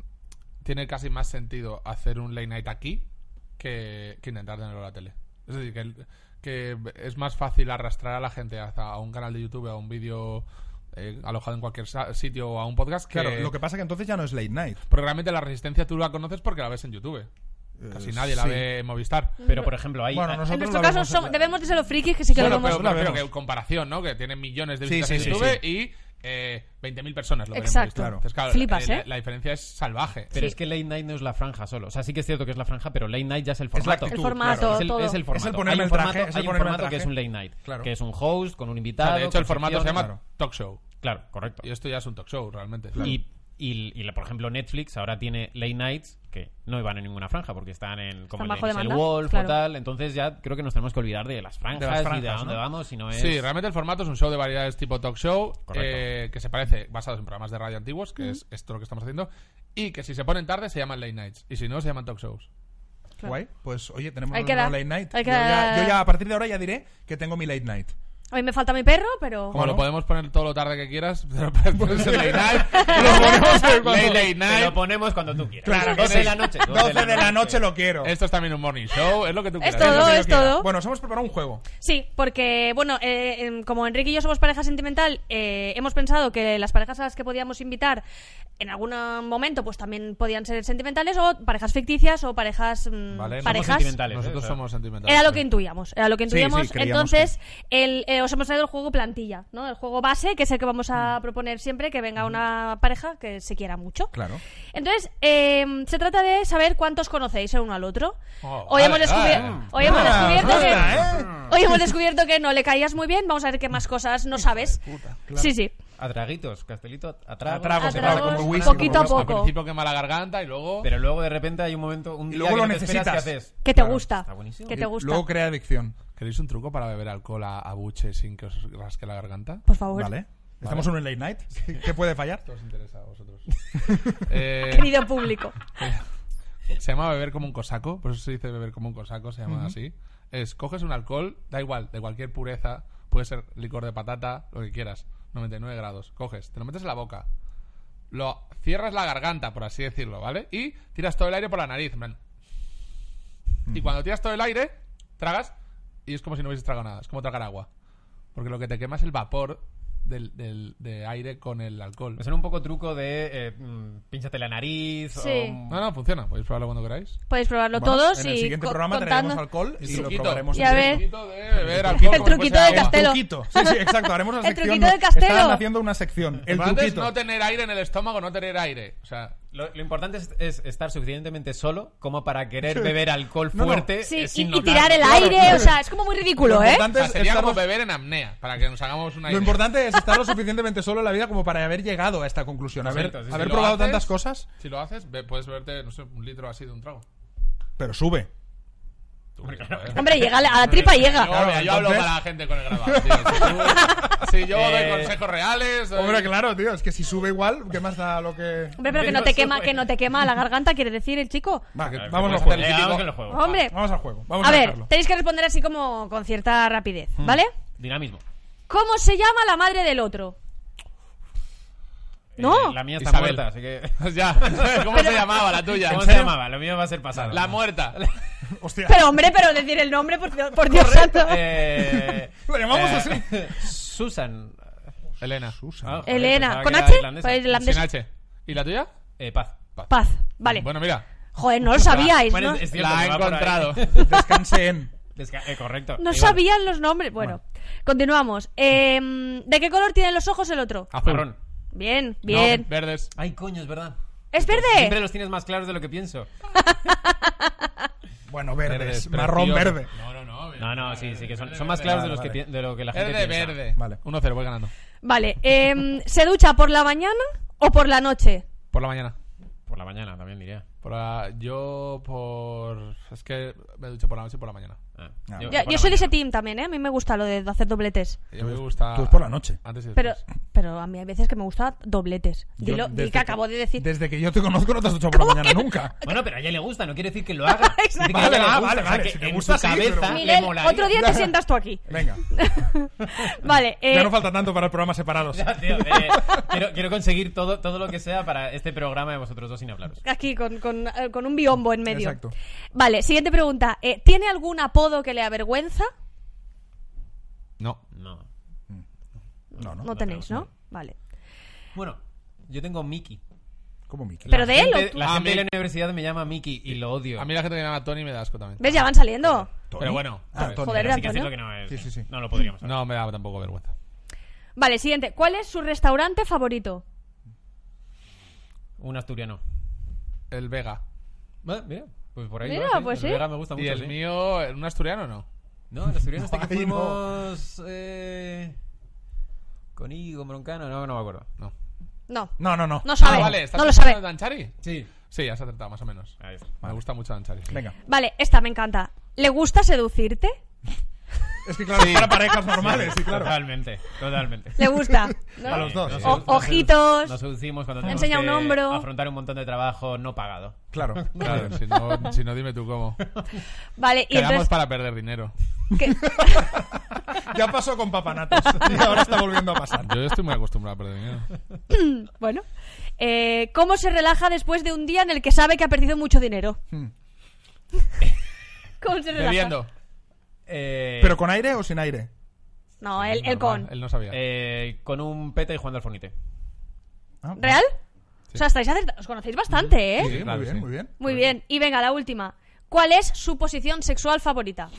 tiene casi más sentido hacer un late night aquí que, que intentar tenerlo en la tele. Es decir, que, el- que es más fácil arrastrar a la gente hasta a un canal de YouTube, a un vídeo eh, alojado en cualquier sa- sitio o a un podcast que...
Claro, lo que pasa que entonces ya no es late night.
Porque realmente la resistencia tú la conoces porque la ves en YouTube. Casi
Eh,
nadie la
sí.
ve en Movistar.
Pero, por ejemplo, hay,
Bueno,
hay-
nosotros
En nuestro
la
caso
vemos-
somos- debemos de ser los frikis que sí que
Bueno,
lo vemos.
pero,
Nosotros la
pero
vemos.
que en comparación, ¿no? Que tienen millones de
Sí,
visitas
sí,
en
sí,
YouTube y eh, 20.000 personas lo
Exacto.
veremos.
Claro.
Entonces, claro,
Flipas,
eh,
¿eh?
la, la diferencia es salvaje.
Pero es que Late Night no es la franja solo. O sea, sí que es cierto que es la franja, pero Late Night ya es el
Es la
formato.
actitud,
El formato,
claro.
Es el,
todo.
es el formato.
Es el ponerme
hay un
el traje,
formato,
es el
hay un
ponerme el
formato
traje.
que es un late night,
Claro.
que es un host con un
O sea,
invitado.
de hecho, el
con
formato se llama
secciones.
talk show.
Claro, correcto.
Y esto ya es un talk show, realmente.
Y, y, y, por ejemplo, Netflix ahora tiene late nights que no van en ninguna franja porque están en
Están
como el
bajo
Dennis el
demanda,
Wolf
claro.
o tal. Entonces ya creo que nos tenemos que olvidar de las franjas,
De las
y de a
franjas,
dónde
¿no?
vamos. Si no es...
Sí, realmente el formato es un show de variedades tipo talk show,
Correcto.
eh, que se parece, basados en programas de radio antiguos, que es esto lo que estamos haciendo, y que si se ponen tarde se llaman late nights, y si no se llaman talk shows.
Guay, pues oye, tenemos
Hay que
una
dar-
late night.
hay que
yo, ya,
dar-
yo ya a partir de ahora ya diré que tengo mi late night.
A mí me falta mi perro, pero...
Como
Bueno.
lo podemos poner todo lo tarde que quieras, pero puede ser late night, lo ponemos en cuando- late
Te lo
night.
ponemos cuando tú quieras.
Claro que
12 de
sí.
la noche.
12 de la noche lo quiero.
Esto es también un morning show, es lo que tú
Es
quieras.
todo,
Lo que yo
es
quiera.
todo.
Bueno, os hemos preparado un juego.
Sí, porque, bueno, eh, em, como Enrique y yo somos pareja sentimental, eh, hemos pensado que las parejas a las que podíamos invitar en algún eh, momento, pues también podían ser sentimentales o parejas ficticias o parejas. mm,
Vale, somos
parejas.
sentimentales.
Nosotros
Eh,
somos sentimentales.
Era lo
sí.
que intuíamos, era lo que
Sí, sí,
intuíamos.
creíamos
Entonces, el, eh, os hemos traído el juego plantilla, ¿no? El juego base, que es el que vamos a proponer siempre, que venga una pareja que se quiera mucho.
Claro.
Entonces, eh, se trata de saber cuántos conocéis el uno al otro.
Oh,
hoy, hemos
vale,
descubri-
vale.
hoy hemos
Ah, ¿eh?
descubierto
anda,
que... hoy hemos descubierto que no le caías muy bien. Vamos a ver qué más cosas no sabes. Sí, sí.
A traguitos, castelito, a tragos.
A tragos,
A
claro,
tragos,
como whisky,
poquito a
como-
Al
poco.
principio quema la garganta y luego...
Pero luego de repente hay un momento, un
Y
día
luego
que
lo
no te esperas,
necesitas.
¿qué haces?
Que te
Claro,
gusta.
Está buenísimo.
Que te gusta.
Eh, Luego crea adicción.
¿Queréis un truco para beber alcohol a, a buche sin que os rasque la garganta?
Por favor.
Vale. Estamos en un late night. ¿Qué puede fallar?
Esto os interesa a vosotros. Eh,
Querido público.
Se llama beber como un cosaco, por eso se dice beber como un cosaco, se llama así. Es, coges un alcohol, da igual, de cualquier pureza, puede ser licor de patata, lo que quieras, 99 grados, coges, te lo metes en la boca, lo cierras la garganta, por así decirlo, ¿vale? Y tiras todo el aire por la nariz, en plan. Y cuando tiras todo el aire, tragas y es como si no hubieses tragado nada, es como tragar agua. Porque lo que te quema es el vapor del, del- de aire con el alcohol.
Me suena un poco truco de eh, mm, pínchate la nariz.
Sí.
o-
Ah,
No, no, funciona, podéis probarlo cuando queráis.
Podéis probarlo
Bueno,
todos
en
y
el siguiente
co-
programa traeremos
contando.
alcohol y lo
Truquito.
probaremos.
Y a
en
ver.
El
directo.
truquito de beber alcohol
El
como si
truquito
fuese
de
agua.
Castelo.
Truquito. Sí, sí, exacto. Haremos una
El
sección.
truquito de Castelo.
Estaban haciendo una sección. El
Pero antes
truquito.
no tener aire en el estómago, no tener aire. O sea,
Lo, lo importante es, es estar suficientemente solo como para querer beber alcohol fuerte. eh,
Sí, y-
sin
y,
notarlo.
tirar el
Claro,
aire,
claro.
o sea, es como muy ridículo,
Lo
¿eh?
o
importante
sea,
es
sería como
estarnos-
beber en apnea, para que nos hagamos una idea.
Lo importante es estar lo suficientemente solo en la vida como para haber llegado a esta conclusión. Haber,
Correcto, sí, sí.
haber
Si lo
probado
haces-
tantas cosas,
Si lo haces, be- puedes beberte, no sé, un litro así de un trago.
pero sube.
Tú, joder.
Hombre, llega a la- a la tripa
Yo,
llega.
Claro,
mira, yo hablo
entonces-
para la gente con el grabado. tío. Si, tú- si yo doy
Eh,
consejos reales. doy-
Hombre, claro, tío. Es que si sube igual, ¿qué más da lo que...?
Hombre, pero que no te quema, que no te quema la garganta, quiere decir el chico.
Va,
Claro,
vamos
que
al
vamos a
juego.
hacer
Eh,
el
vamos
típico-
con el juego.
Hombre,
Vamos al juego. Vamos a, Hmm.
a ver,
dejarlo.
tenéis que responder así como con cierta rapidez, ¿vale?
Va, Dinamismo.
¿Cómo se llama la madre del otro? No.
Eh, la mía está
Isabel.
muerta, así que.
ya, ¿cómo se llamaba la tuya?
¿Cómo se llamaba? La mía va a ser pasada.
La muerta.
Hostia.
Pero hombre, pero decir el nombre, por Dios, por Dios santo.
Eh,
Lo llamamos
eh,
así.
Susan.
Elena.
Ah, joder,
Elena,
pensaba
¿con
que era
H?
irlandesa.
Pues
Sin
irlandesa.
H. ¿Y la tuya?
Eh, paz.
Paz, vale.
Bueno, mira.
Joder, no lo sabíais,
Bueno,
¿no?
es- es cierto
La
que
he
va por ahí.
encontrado.
Descanse en...
Desca- eh, correcto.
No
Igual.
sabían los nombres. Bueno, continuamos. Em, ¿De qué color tienen los ojos el otro?
Azul.
Marrón.
Bien,
No,
bien.
verdes.
Ay, coño, es verdad.
¿Es
Siempre
verde?
los tienes más claros de lo que pienso.
Bueno, verdes.
Verdes,
marrón
precioso.
verde.
No, no, no.
No, no, sí, sí, que son,
Verde,
son más
verde.
claros de, los
Vale,
que,
vale.
pi- de lo que la gente
Verde,
piensa.
verde.
Vale.
1-0, voy ganando.
Vale. em, ¿Se ducha por la mañana o por la noche?
Por la mañana.
Por la mañana también diría.
Por la- yo por... Es que me ducho por la noche y por la mañana.
Ah,
No.
yo-
Yo,
por
yo
la
soy de ese
mañana.
team también, ¿eh? A mí me gusta lo de hacer dobletes.
Yo me gusta...
Tú es por la noche.
Antes y
Pero,
después.
pero a mí hay veces que me gusta dobletes.
Yo,
Dilo, di
desde
que acabo de decir.
Desde que yo te conozco no te has duchado por la mañana nunca.
Bueno, pero a ella le gusta, no quiere decir que lo haga.
Exacto.
Dice
Vale,
que a ella le
ah,
gusta,
vale,
o sea,
vale,
que
si te
en
gusta,
su
sí, pero-
cabeza le
Miguel,
molaría.
otro día te sientas tú aquí.
Venga.
Vale, eh,
Ya no falta tanto para programas separados.
Tío, eh, quiero, quiero conseguir todo, todo lo que sea para este programa de vosotros dos sin hablaros.
aquí con, con, eh, con un biombo en medio.
Exacto.
Vale, siguiente pregunta. Eh, ¿Tiene algún apodo que le avergüenza?
No.
No.
No, no.
No tenéis, ¿no? Vale.
Bueno, yo tengo Mickey.
Como Mickey.
¿Pero de él o
Gente-
tú?
La
Ah,
gente de la
Mickey.
universidad me llama Mickey y lo odio.
A mí la gente que me llama Tony me da asco también.
¿Ves? Ya van saliendo.
Pero bueno.
Ah, Tony.
Joder,
Así que
Antonio.
hacerlo que no es-
Sí, sí, sí.
No lo podríamos hacer.
No, me da tampoco vergüenza.
Vale, siguiente. ¿Cuál es su restaurante favorito?
Un asturiano.
El Vega.
Ah, mira, pues por ahí.
Mira,
va, sí.
pues
El
sí.
Vega me gusta mucho.
¿Y el
sí.
mío, un asturiano no?
No, el asturiano hasta que
Ay, no.
fuimos. Eh, con Igor, con Broncano. No, no me acuerdo.
No.
No.
No, no, no.
No sabe.
Ah, vale, ¿estás
no lo
pensando en
sabe.
Danchari?
Sí.
Sí, has acertado más o menos.
Ahí está.
Me gusta mucho Danchari.
Venga.
Vale, esta me encanta. ¿Le gusta seducirte?
Es que claro, es para parejas normales, sí, claro.
Totalmente, totalmente. Eh,
¿Le gusta? ¿No?
A los dos.
Nos-
O-
nos-
ojitos.
Nos seducimos cuando tenemos
Enseña un
que
hombro.
afrontar un montón de trabajo no pagado.
Claro.
Claro, si no, si no, dime tú cómo.
Vale, y
Quedamos
entonces...
para perder dinero.
¿qué-
Ya pasó con papanatos. Y ahora está volviendo a pasar.
Yo estoy muy acostumbrado a perder dinero.
Bueno. Eh, ¿Cómo se relaja después de un día en el que sabe que ha perdido mucho dinero?
Hmm.
¿Cómo se relaja?
Bebiendo.
Eh,
¿Pero con aire o sin aire?
No, el, el
Normal,
con.
Él no sabía.
eh, con un peta y jugando al fornite.
Ah,
¿Real? O sea, estáis acertados. Os conocéis bastante, ¿eh?
Sí,
Sí, claro,
muy bien,
sí.
muy bien.
Muy bien. Y venga, la última. ¿Cuál es su posición sexual favorita?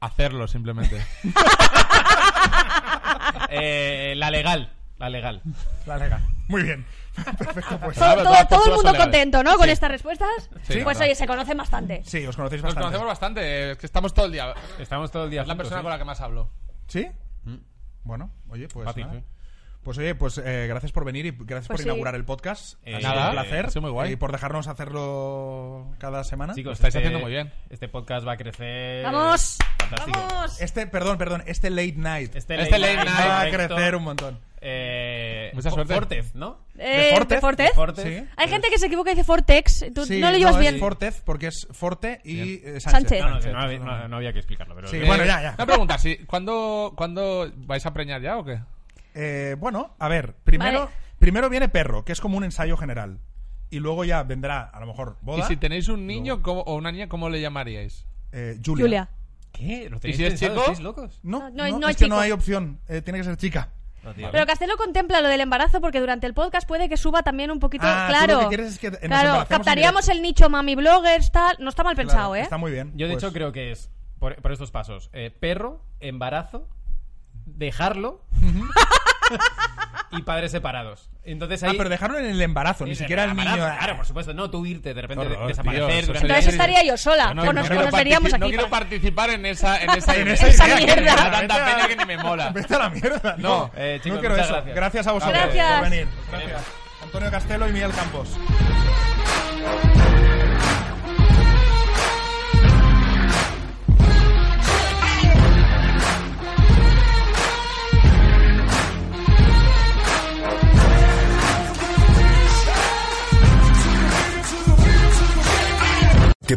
Hacerlo simplemente.
Eh, la legal. La legal.
La legal. Muy bien. Perfecto, pues.
Todo,
Claro,
todo-
todas-
todo el
todas
mundo
legales.
contento, ¿no? Con estas respuestas.
Sí,
pues
claro.
oye, se conocen bastante.
Sí, os conocéis
Nos
bastante.
conocemos bastante. Es que estamos todo el día.
Estamos todo el día
Es la
juntos,
persona
¿sí?
con la que más hablo.
¿Sí? Bueno, oye, pues.
Fácil,
nada.
Mm. sí.
Pues oye, pues eh, gracias por venir y gracias por
Pues sí.
inaugurar el podcast.
Eh,
ha sido
nada,
un placer.
ha sido muy guay.
Y por dejarnos hacerlo cada semana.
Chicos,
Lo estáis haciendo muy bien.
Este podcast va a crecer.
¡Vamos!
Fantástico.
¡Vamos!
Este, perdón, perdón, este late night
Este late night
va a
directo,
crecer un montón.
Eh,
Mucha
Fo-
suerte.
Fortez, ¿no?
Eh,
Fortez?
¿de Fortez?
De Fortez.
Sí.
Hay gente que se equivoca y dice Fortex. Tú
Sí,
no lo llevas
es
bien.
Fortez porque es Forte y eh,
Sánchez.
Sánchez.
No, no, no, había, no- no había que explicarlo, pero.
Sí.
Eh,
bueno, ya, ya.
Una pregunta, ¿sí? ¿Cuándo, ¿cuándo vais a preñar ya o qué?
Eh, bueno, a ver, primero,
Vale.
primero viene perro, que es como un ensayo general. Y luego ya vendrá, a lo mejor,
Y
boda.
si tenéis un niño ¿cómo- o una niña, ¿cómo le llamaríais?
eh, Julia.
Julia.
¿Qué? ¿Lo
tenéis
tenéis
pensado? ¿Estáis
¿Estáis locos?
No, no,
No, no, no
es
es
que
chico.
no hay opción. eh, tiene que ser chica.
No, tío.
Pero Castelo contempla lo del embarazo porque durante el podcast puede que suba también un poquito.
Ah, tú
claro.
lo que quieres es que nos
claro,
embaracemos en
captaríamos el nicho mami bloggers, tal. No está mal pensado,
Claro,
¿eh?
Está muy bien.
Yo, de
pues,
hecho, creo que es. Por, por estos pasos: eh, perro, embarazo, dejarlo. y padres separados. Entonces
Ah,
ahí.
pero dejaron en el embarazo, ni
Sí,
siquiera el niño.
embarazo, Claro, por supuesto, no tú irte, de repente
Qué horror,
desaparecer.
tío, eso
durante
sería-
Entonces estaría yo sola.
No,
o
no
nos,
quiero
nos veríamos
partici- no
aquí.
quiero participar en esa, en esa,
En
idea.
esa
idea,
mierda.
Me da tanta
Vete a-
pena que ni me mola.
Vete a la mierda. No,
No,
eh, chicos,
no quiero
muchas
eso. Gracias.
gracias.
a vosotros
Gracias.
por venir. Gracias. Antonio Castelo y Miguel Campos.
¿Te